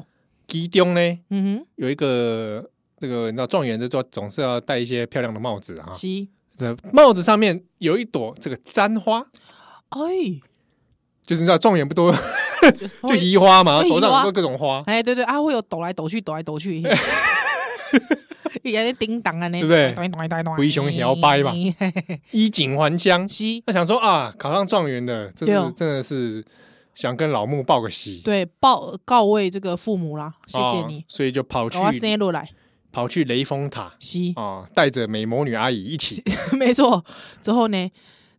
Speaker 1: 其中呢
Speaker 2: 嗯
Speaker 1: 有一个这个那状元就说总是要戴一些漂亮的帽子啊
Speaker 2: 哼，，是，
Speaker 1: 这帽子上面有一朵这个簪花，
Speaker 2: 哎，
Speaker 1: 就是你知道状元不都 [LAUGHS] 就
Speaker 2: 会
Speaker 1: 移花嘛，
Speaker 2: 哦会移
Speaker 1: 头上
Speaker 2: 花
Speaker 1: 很多各种花，
Speaker 2: 哎，对对啊，会有抖来抖去，抖来抖去，
Speaker 1: [LAUGHS]
Speaker 2: [LAUGHS] 伊安尼叮当安尼，
Speaker 1: 对不对
Speaker 2: 咚咚咚咚
Speaker 1: 灰熊摇摆吧
Speaker 2: 嘿嘿嘿
Speaker 1: 衣锦还乡。
Speaker 2: 是，
Speaker 1: 他想说啊，考上状元的，这
Speaker 2: 对
Speaker 1: 是
Speaker 2: 哦
Speaker 1: 真的是想跟老穆报个喜，
Speaker 2: 对，报告慰这个父母啦，谢谢
Speaker 1: 哦
Speaker 2: 你，
Speaker 1: 所以就跑
Speaker 2: 把我
Speaker 1: 去哦
Speaker 2: 生落来，
Speaker 1: 跑去雷峰塔
Speaker 2: 是， [LAUGHS]
Speaker 1: 啊，带着美魔女阿姨一起
Speaker 2: 没错。之后呢，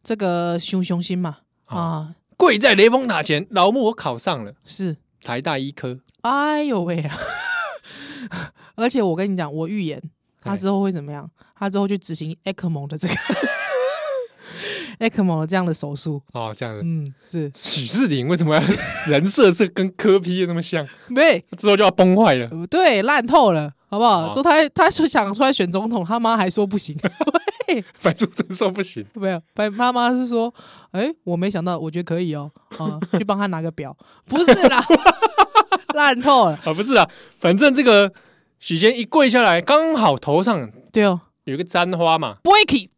Speaker 2: 这个熊熊心嘛，
Speaker 1: 哦
Speaker 2: 啊，
Speaker 1: 跪在雷峰塔前，老穆我考上了
Speaker 2: 是，
Speaker 1: 台大医科，
Speaker 2: 哎呦喂 [LAUGHS] 啊！而且我跟你讲，我预言他
Speaker 1: 哎
Speaker 2: 之后会怎么样？他之后去执行 ECMO 的这个 [LAUGHS] ECMO 的这样的手术，
Speaker 1: 哦，这样子。
Speaker 2: 嗯，是，
Speaker 1: 许世林为什么要 [LAUGHS] 人设是跟柯批那么像？
Speaker 2: 对，
Speaker 1: 之后就要崩坏了。
Speaker 2: 呃 [LAUGHS] 对，烂透了，好不好？
Speaker 1: 好
Speaker 2: 就他他说想出来选总统，他妈还说不行，
Speaker 1: 白素贞说不行，
Speaker 2: 没有，白妈妈是说，哎、我没想到，我觉得可以哦，啊、去帮他拿个表，不是啦， [LAUGHS] 烂透了，
Speaker 1: 啊，不是啊，反正这个许仙一跪下来，刚好头上
Speaker 2: 对哦
Speaker 1: 有一个簪花嘛，
Speaker 2: b o y k y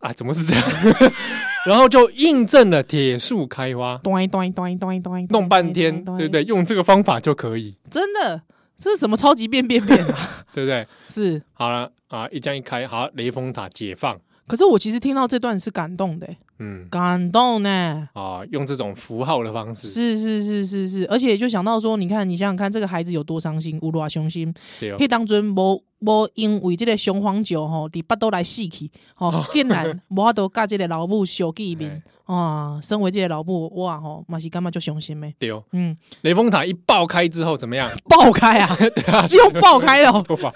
Speaker 1: 啊，怎么是这样？ [LAUGHS] 然后就印证了铁树开花，
Speaker 2: 咚咚咚咚咚，
Speaker 1: 弄半天，对不对？？用这个方法就可以，
Speaker 2: 真的，这是什么超级变变变啊？ [LAUGHS]
Speaker 1: 对不对？
Speaker 2: 是，
Speaker 1: 好了啊，一将一开，好，雷峰塔解放，
Speaker 2: 可是我其实听到这段是感动的、欸
Speaker 1: 嗯，
Speaker 2: 感动呢、
Speaker 1: 啊，用这种符号的方式，
Speaker 2: 是是是是是，而且就想到说，你看，你想想看，这个孩子有多伤心，有多伤心，
Speaker 1: 对哦
Speaker 2: 迄，当阵无无因为即个雄黄酒吼，伫巴肚来死去，吼、
Speaker 1: 哦 [LAUGHS]
Speaker 2: 竟然无法度甲即个老母相见面啊！身为即个老母，哇吼，嘛是感觉足伤心的。
Speaker 1: 对哦，
Speaker 2: 嗯，
Speaker 1: 雷峰塔一爆开之后怎
Speaker 2: [LAUGHS]
Speaker 1: 么样？
Speaker 2: 爆开
Speaker 1: [LAUGHS]
Speaker 2: 啊，是用爆开的、哦，
Speaker 1: 头发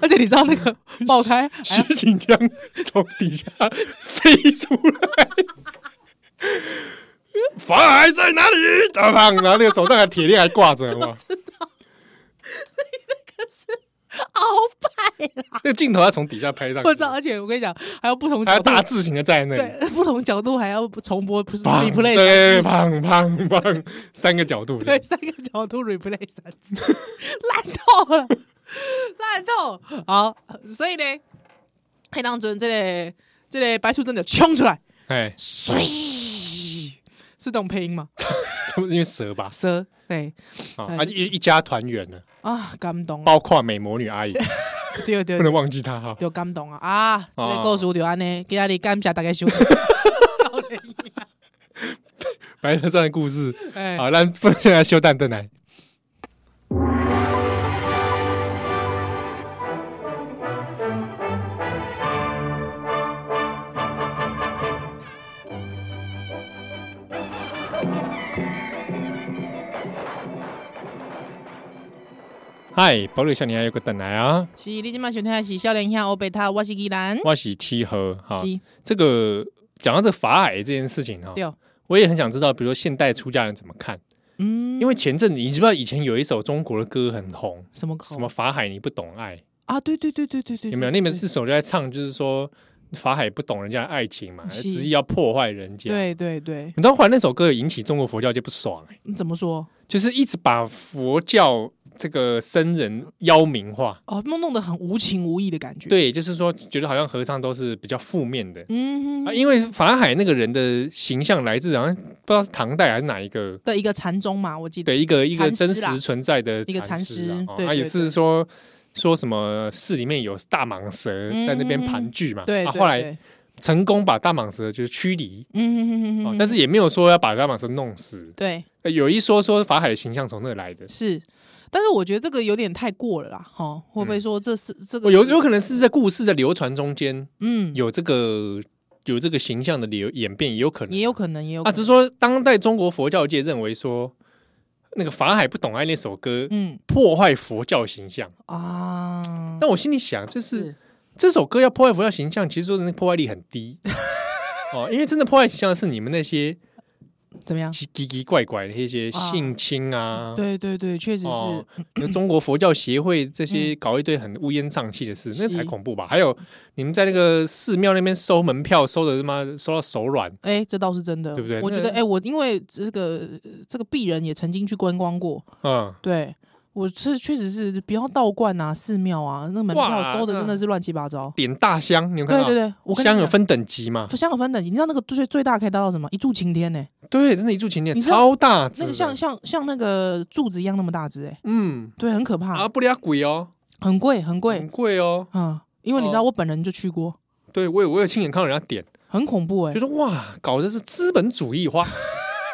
Speaker 2: 而且你知道
Speaker 1: [LAUGHS]
Speaker 2: 那个爆开，哎呀
Speaker 1: 徐锦江从底下飞出来，法海在哪里？大胖，然后那个手上的铁链还挂着，
Speaker 2: [LAUGHS]
Speaker 1: 哇！
Speaker 2: 鳌拜，
Speaker 1: 那个镜头要从底下拍上去，
Speaker 2: 我哦知道，而且我跟你讲，还有不同
Speaker 1: 还
Speaker 2: 角
Speaker 1: 有
Speaker 2: 度，
Speaker 1: 大字型的站在那里，
Speaker 2: 对，不同角度还要重播，不是
Speaker 1: 砰
Speaker 2: replay
Speaker 1: 对，
Speaker 2: 三次
Speaker 1: 胖胖胖，三个角度，
Speaker 2: 对，，三个角度 replay 三次， [LAUGHS] 烂透了，烂透。好，所以呢，黑当尊这个这个白素贞就冲出来，
Speaker 1: [LAUGHS] 哎，
Speaker 2: 唰， [LAUGHS] 是懂配音吗？
Speaker 1: 因为蛇吧，
Speaker 2: 蛇，对
Speaker 1: 啊
Speaker 2: 哎
Speaker 1: 啊，一一家团圆了，
Speaker 2: 啊，感动，
Speaker 1: 包括美魔女阿姨，
Speaker 2: 对对
Speaker 1: 不能
Speaker 2: 对，
Speaker 1: 忘记她哦哈。
Speaker 2: 就感动啊啊！这
Speaker 1: 啊
Speaker 2: 个故事就安尼，今日感谢大家收看。
Speaker 1: 白蛇传的故事，
Speaker 2: 哎
Speaker 1: 好，咱分享来修蛋蛋来，嗨，保利少年还有个等来啊，
Speaker 2: 是，你今麦收听的是少年兄欧贝塔，我是依兰，
Speaker 1: 我是七和哈。
Speaker 2: 是，
Speaker 1: 这个讲到这个法海这件事情哈，
Speaker 2: 对，
Speaker 1: 我也很想知道，比如说现代出家人怎么看？
Speaker 2: 嗯，
Speaker 1: 因为前阵子你知不知道以前有一首中国的歌很红，
Speaker 2: 什么口
Speaker 1: 什么法海你不懂爱，
Speaker 2: 啊？对对对对对对，
Speaker 1: 有没有？那边是首就在唱，就是说法海不懂人家的爱情嘛，
Speaker 2: 是
Speaker 1: 执意要破坏人家。，
Speaker 2: 对对对，
Speaker 1: 你知道后来那首歌有引起中国佛教界不爽、欸，
Speaker 2: 你怎么说？
Speaker 1: 就是一直把佛教这个僧人妖名化。
Speaker 2: 哦，弄弄得很无情无义的感觉。，
Speaker 1: 对，就是说觉得好像和尚都是比较负面的。
Speaker 2: 嗯
Speaker 1: 啊，，因为法海那个人的形象来自好像不知道是唐代还是哪一个
Speaker 2: 的一个禅宗嘛，我记得。
Speaker 1: 对，一个一个
Speaker 2: 禅师
Speaker 1: 真
Speaker 2: 啦
Speaker 1: 实存在的
Speaker 2: 一个
Speaker 1: 禅
Speaker 2: 禅
Speaker 1: 师啊
Speaker 2: 师
Speaker 1: 哦
Speaker 2: 对
Speaker 1: 啊，也
Speaker 2: 对
Speaker 1: 是
Speaker 2: 对
Speaker 1: 说说什么寺里面有大蟒蛇在那边盘踞嘛，
Speaker 2: 嗯对
Speaker 1: 啊，
Speaker 2: 对
Speaker 1: 后来
Speaker 2: 对
Speaker 1: 成功把大蟒蛇就是驱离。
Speaker 2: 嗯嗯嗯
Speaker 1: 哦
Speaker 2: 嗯，，
Speaker 1: 但是也没有说要把大蟒蛇弄死。
Speaker 2: 对
Speaker 1: 呃有一说说法海的形象从那来的，
Speaker 2: 是，但是我觉得这个有点太过了啦，哈，会不会说这是这
Speaker 1: 哦
Speaker 2: 个
Speaker 1: 有有可能是在故事的流传中间
Speaker 2: 嗯，
Speaker 1: 有这个有这个形象的流演变，也有可能，
Speaker 2: 也有可能也有
Speaker 1: 啊，
Speaker 2: 可
Speaker 1: 只
Speaker 2: 能
Speaker 1: 是说当代中国佛教界认为说那个法海不懂爱那首歌
Speaker 2: 嗯
Speaker 1: 破坏佛教形象。
Speaker 2: 啊，
Speaker 1: 但我心里想，就是这首歌要破坏佛教
Speaker 2: [LAUGHS]
Speaker 1: 形象，其实说真的破坏力很低哦，因为真的破坏形象的是你们那些
Speaker 2: 怎么样？
Speaker 1: 奇奇奇怪怪的一些性侵啊，
Speaker 2: 啊对对对，确实是嗯
Speaker 1: 哦，你说中国佛教协会这些搞一堆很乌烟瘴气的事，那才
Speaker 2: 是
Speaker 1: 恐怖吧？还有你们在那个寺庙那边收门票，收的他妈收到手软，
Speaker 2: 哎、这倒是真的，
Speaker 1: 对不对
Speaker 2: 我觉
Speaker 1: 那
Speaker 2: 得，哎、我因为这个这个鄙人也曾经去观光过，
Speaker 1: 嗯，
Speaker 2: 对我这确实是不要道观啊、寺庙啊，那个门票
Speaker 1: 哇
Speaker 2: 收的真
Speaker 1: 那
Speaker 2: 的是乱七八糟。
Speaker 1: 点大香，你有看
Speaker 2: 对
Speaker 1: 到？
Speaker 2: 对对，我跟你
Speaker 1: 香有
Speaker 2: 讲，
Speaker 1: 分等级嘛？
Speaker 2: 香有分等级，你知道那个最最大可以达到什么？一柱擎天呢、
Speaker 1: 对，真的，一柱擎天，
Speaker 2: 你知道
Speaker 1: 超大只的，
Speaker 2: 那个像像像那个柱子一样那么大只，哎，
Speaker 1: 嗯
Speaker 2: 对，很可怕，
Speaker 1: 啊，不俩鬼哦，
Speaker 2: 很贵，很贵，
Speaker 1: 很贵哦。
Speaker 2: 嗯，因为你知道
Speaker 1: 哦
Speaker 2: 我本人就去过，
Speaker 1: 对我有我有亲眼看到人家点，
Speaker 2: 很恐怖哎、
Speaker 1: 就说哇，搞的是资本主义化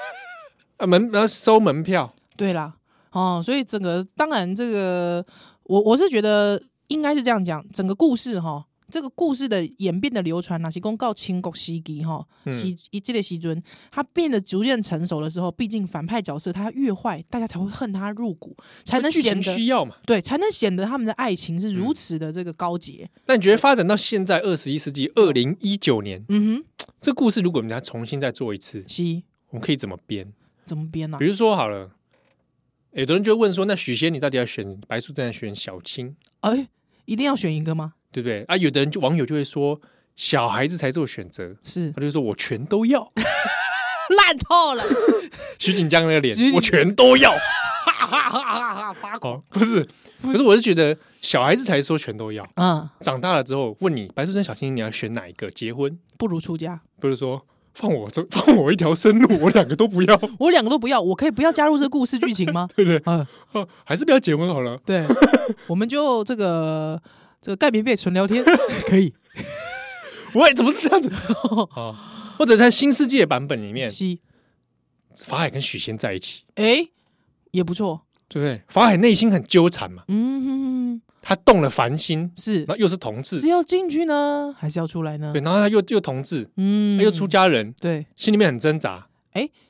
Speaker 1: [LAUGHS] 啊，门然后收门票，
Speaker 2: 对啦，哦，所以整个当然这个，我我是觉得应该是这样讲，整个故事哈，这个故事的演变的流传，啊哪些公告清国西吉哈，
Speaker 1: 嗯
Speaker 2: 西一这类西尊，他变得逐渐成熟的时候，毕竟反派角色他越坏，大家才会恨他入骨，才能
Speaker 1: 剧
Speaker 2: 显
Speaker 1: 情需
Speaker 2: 得
Speaker 1: 要嘛。
Speaker 2: 对，才能显得他们的爱情是
Speaker 1: 嗯
Speaker 2: 如此的这个高洁。
Speaker 1: 但你觉得发展到现在二十一世纪二零一九年，
Speaker 2: 嗯哼，
Speaker 1: 这故事如果我们家重新再做一次，
Speaker 2: 西
Speaker 1: 我们可以怎么编？
Speaker 2: 怎么编呢、啊
Speaker 1: 比？如说好了，有的人就会问说，那许仙你到底要选白素贞，还是选小青，
Speaker 2: 哎、一定要选一个吗？
Speaker 1: 对不对？啊，有的人就网友就会说，小孩子才做选择，
Speaker 2: 是
Speaker 1: 他就说我全都 [LAUGHS] 要。
Speaker 2: 烂透了，
Speaker 1: [LAUGHS] 徐锦江那个脸
Speaker 2: 徐，锦
Speaker 1: 我全都要， [LAUGHS] 哈哈哈哈哈发狂。不是，可是我是觉得小孩子才说全都要，
Speaker 2: 嗯，
Speaker 1: 长大了之后问你白素贞、小青，你要选哪一个？结婚
Speaker 2: 不如出家。
Speaker 1: 不是说放我这放我一条生路，我两个都不要，对
Speaker 2: 我两个都不要，我可以不要加入这个故事剧情吗？
Speaker 1: [LAUGHS] 不对？
Speaker 2: 嗯，
Speaker 1: 哦还是不要结婚好了。
Speaker 2: 对，我们就这个这个盖棉被纯聊
Speaker 1: [LAUGHS]
Speaker 2: 天可以。
Speaker 1: 喂，怎么是这 [LAUGHS] 样子啊？或者在新世界版本里面，
Speaker 2: 西，
Speaker 1: 法海跟许仙在一起，
Speaker 2: 哎，也不错。
Speaker 1: 对不对？法海内心很纠缠嘛，
Speaker 2: 嗯，
Speaker 1: 他动了凡心，
Speaker 2: 是
Speaker 1: 然后又是同
Speaker 2: 是
Speaker 1: 志，
Speaker 2: 要进去呢，还是要出来呢
Speaker 1: 对，？然后他又又同志，
Speaker 2: 嗯
Speaker 1: 他又出家人，
Speaker 2: 对
Speaker 1: 心里面很挣扎。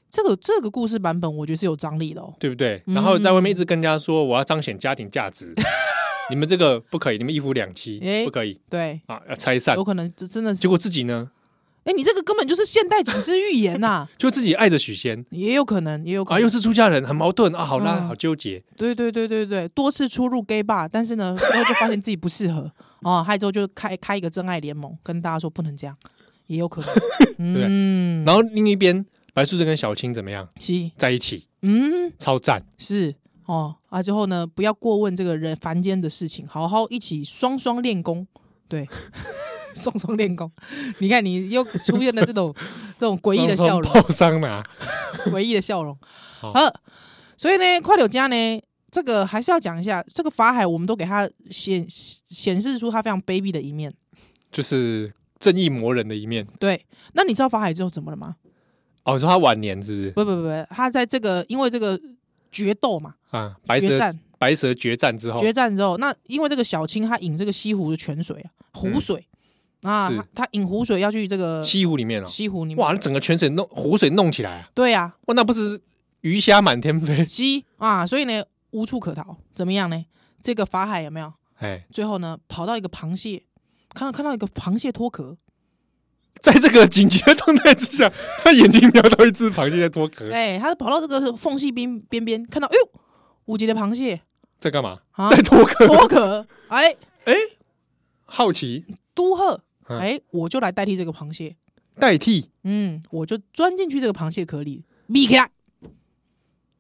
Speaker 2: 这个这个故事版本，我觉得是有张力的哦。
Speaker 1: 对不对？
Speaker 2: 嗯
Speaker 1: 然后在外面一直跟人家说我要彰显家庭价
Speaker 2: [LAUGHS]
Speaker 1: 值，你们这个不可以，你们一夫两妻
Speaker 2: 诶
Speaker 1: 不可以
Speaker 2: 对，
Speaker 1: 啊，要拆散
Speaker 2: 有。可能这真的
Speaker 1: 结
Speaker 2: 是。
Speaker 1: 果自己呢，
Speaker 2: 哎，你这个根本就是现代警示预言
Speaker 1: [LAUGHS]，
Speaker 2: 呐
Speaker 1: 就自己爱着许仙
Speaker 2: 也有可能，也有可
Speaker 1: 啊，
Speaker 2: 能
Speaker 1: 又。是出家人，很矛盾啊，好啦，
Speaker 2: 嗯
Speaker 1: 好纠结。
Speaker 2: 对对对对对，多次出入 gay bar，但是呢， [LAUGHS] 最后就发现自己不适合哦，害之后就开开一个真爱联盟，跟大家说不能这样，也有可能。
Speaker 1: [LAUGHS] 对
Speaker 2: 嗯，
Speaker 1: 然后另一边，白素贞跟小青怎么样
Speaker 2: 是，
Speaker 1: 在一起，
Speaker 2: 嗯，
Speaker 1: 超赞。
Speaker 2: 是哦啊，之后呢，不要过问这个人凡间的事情，好好一起双双练功，
Speaker 1: [LAUGHS]
Speaker 2: 对。双双练功，你看你又出现了
Speaker 1: [LAUGHS]
Speaker 2: 这种这种诡异的
Speaker 1: 双双
Speaker 2: 笑容，
Speaker 1: 抱桑拿，
Speaker 2: 诡异的笑容。
Speaker 1: [LAUGHS] 好
Speaker 2: 好，所以呢，快柳家呢，这个还是要讲一下，这个法海我们都给他显显示出他非常卑鄙的一面。
Speaker 1: 就是正义魔人的一面。
Speaker 2: 对，那你知道法海之后怎么了吗？
Speaker 1: 哦，你说他晚年是不是
Speaker 2: 不不不不，他在这个因为这个决斗嘛，
Speaker 1: 啊？白
Speaker 2: 决
Speaker 1: 蛇
Speaker 2: 战
Speaker 1: 白蛇决战之后，
Speaker 2: 决战之后，那因为这个小青他饮这个西湖的泉水啊，湖水、啊，
Speaker 1: 嗯是
Speaker 2: 他他饮湖水要去这个
Speaker 1: 西湖里面哦，
Speaker 2: 西湖里面，
Speaker 1: 哇，那整个泉水弄湖水弄起来啊，
Speaker 2: 对啊，
Speaker 1: 哇，那不是鱼虾满天飞？
Speaker 2: 西啊，所以呢无处可逃，怎么样呢？这个法海有没有？
Speaker 1: 哎，
Speaker 2: 最后呢跑到一个螃蟹，看到看到一个螃蟹脱壳，
Speaker 1: [LAUGHS] 在这个紧急的状态之下，他眼睛瞄到一只螃蟹在脱壳，
Speaker 2: 哎、他跑到这个缝隙边边边，看到哎呦，五级的
Speaker 1: [LAUGHS]
Speaker 2: 螃蟹
Speaker 1: 在干嘛？
Speaker 2: 啊
Speaker 1: 在脱壳。
Speaker 2: 脱壳，哎，
Speaker 1: 好奇
Speaker 2: 都鹤，
Speaker 1: 嗯
Speaker 2: 哎，我就来代替这个螃蟹，
Speaker 1: 代替，
Speaker 2: 嗯，我就钻进去这个螃蟹壳里，闭起来，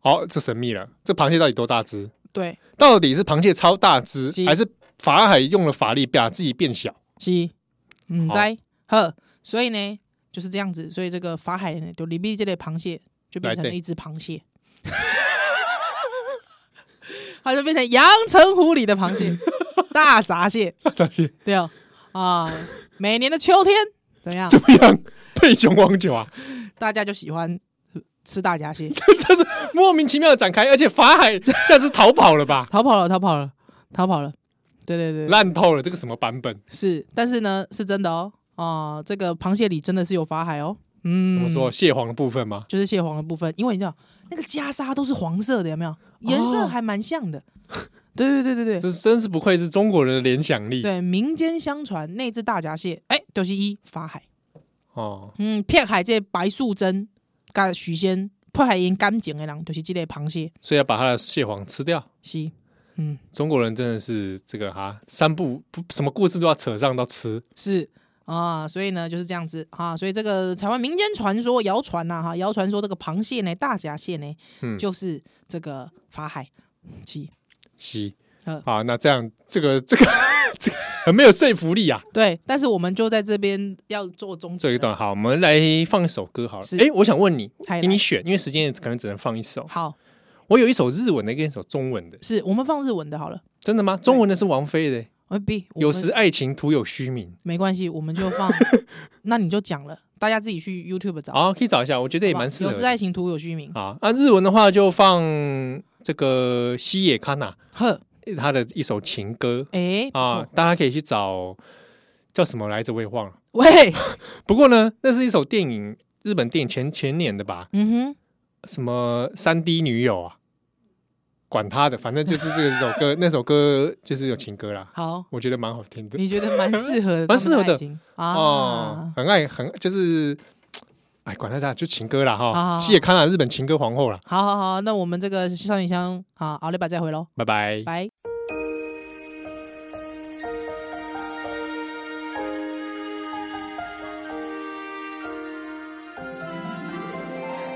Speaker 1: 好、这神秘了。这螃蟹到底多大只？
Speaker 2: 对，
Speaker 1: 到底是螃蟹超大只，
Speaker 2: 是
Speaker 1: 还是法海用了法力把自己变小？
Speaker 2: 是，嗯，
Speaker 1: 好
Speaker 2: 在呵，所以呢就是这样子，所以这个法海呢就里面这类螃蟹就变成
Speaker 1: 来
Speaker 2: 了
Speaker 1: 对
Speaker 2: 一只螃蟹， [LAUGHS] 它就变成阳澄湖里的
Speaker 1: [LAUGHS]
Speaker 2: 螃蟹，大闸蟹，
Speaker 1: 螃 [LAUGHS] 蟹
Speaker 2: 对哦，啊，每年的秋天怎么样？
Speaker 1: 怎么样？配雄黄酒啊，
Speaker 2: 大家就喜欢呃吃大闸蟹，
Speaker 1: 这是莫名其妙的展开，而且法海下次逃跑了吧？
Speaker 2: 逃跑了，逃跑了，逃跑了。对对对，对
Speaker 1: 烂透了，这个什么版本？
Speaker 2: 是，但是呢，是真的哦，啊、这个螃蟹里真的是有法海哦，嗯，
Speaker 1: 怎么说？蟹黄的部分吗？
Speaker 2: 就是蟹黄的部分，因为你知道那个袈裟都是黄色的，有没有？颜色还蛮像的。对对对对对
Speaker 1: 这真是不愧是中国人的联想力
Speaker 2: 对，民间相传那只大闸蟹，哎、就是一法海，
Speaker 1: 哦。
Speaker 2: 嗯，片海这白素贞甲许仙破坏因感情的人，就是即个螃蟹，
Speaker 1: 所以要把他的蟹黄吃掉。
Speaker 2: 是，嗯，
Speaker 1: 中国人真的是这个哈，三不不什么故事都要扯上到吃，
Speaker 2: 是啊，所以呢就是这样子啊，所以这个台湾民间传说谣传呐哈，谣传说这个螃蟹呢，大闸蟹呢，
Speaker 1: 嗯
Speaker 2: 就是这个法海，是，
Speaker 1: 西
Speaker 2: 嗯
Speaker 1: 啊，那这样这个 [LAUGHS] 这个这个很没有说服力啊。
Speaker 2: 对，但是我们就在这边要做中
Speaker 1: 这
Speaker 2: 间
Speaker 1: 一段好，我们来放一首歌好了
Speaker 2: 是。
Speaker 1: 哎，我想问你
Speaker 2: 嗨，
Speaker 1: 给
Speaker 2: 来
Speaker 1: 你选，因为时间可能只能放一首。
Speaker 2: 好，
Speaker 1: 我有一首日文的跟一首中文的，
Speaker 2: 是我们放日文的好了，
Speaker 1: 真的吗？中文的是王菲的欸，
Speaker 2: 我们比我
Speaker 1: 有
Speaker 2: 们
Speaker 1: 时爱情徒有虚名。
Speaker 2: 没关系，我们
Speaker 1: [LAUGHS]
Speaker 2: 就放，那你就讲了，大家自己去 YouTube 找，
Speaker 1: 好，可以找一下，我觉哦得也
Speaker 2: 好吧
Speaker 1: 蛮适
Speaker 2: 有
Speaker 1: 合
Speaker 2: 时
Speaker 1: 的。
Speaker 2: 爱情徒有虚名，
Speaker 1: 啊，那日文的话就放这个西野康纳
Speaker 2: 呵，
Speaker 1: 他的一首情歌
Speaker 2: 哎、不
Speaker 1: 啊
Speaker 2: 错，
Speaker 1: 大家可以去找叫什么来着，我也忘了。
Speaker 2: 喂，
Speaker 1: 不过呢，那是一首电影，日本电影前前年的吧，
Speaker 2: 嗯哼。
Speaker 1: 什么三 D 女友啊，管他的，反正就是这个首
Speaker 2: [LAUGHS]
Speaker 1: 歌，那首歌就是有情歌啦，
Speaker 2: 好，
Speaker 1: 我觉得蛮好听的
Speaker 2: 你觉得蛮适合的
Speaker 1: [LAUGHS] 蛮适合的
Speaker 2: 他们爱情啊、
Speaker 1: 哦，很爱很就是，哎，管他的，就情歌啦哈，
Speaker 2: 啊
Speaker 1: 西野康纳日本情歌皇后啦，
Speaker 2: 好好好，那我们这个少女香啊，奥利巴再回喽，
Speaker 1: 拜拜。
Speaker 2: 拜。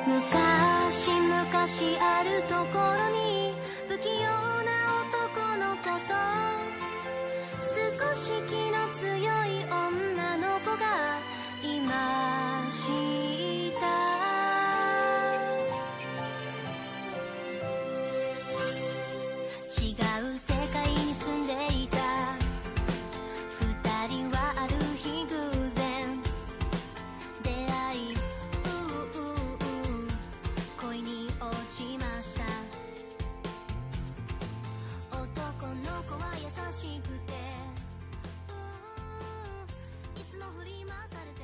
Speaker 3: 昔々あるところに不器用な男の子と少し気の強い女の子がいました違う世界に住んでいた二人はある日偶然出会い恋に落ちました男の子は優しくていつも振り回されて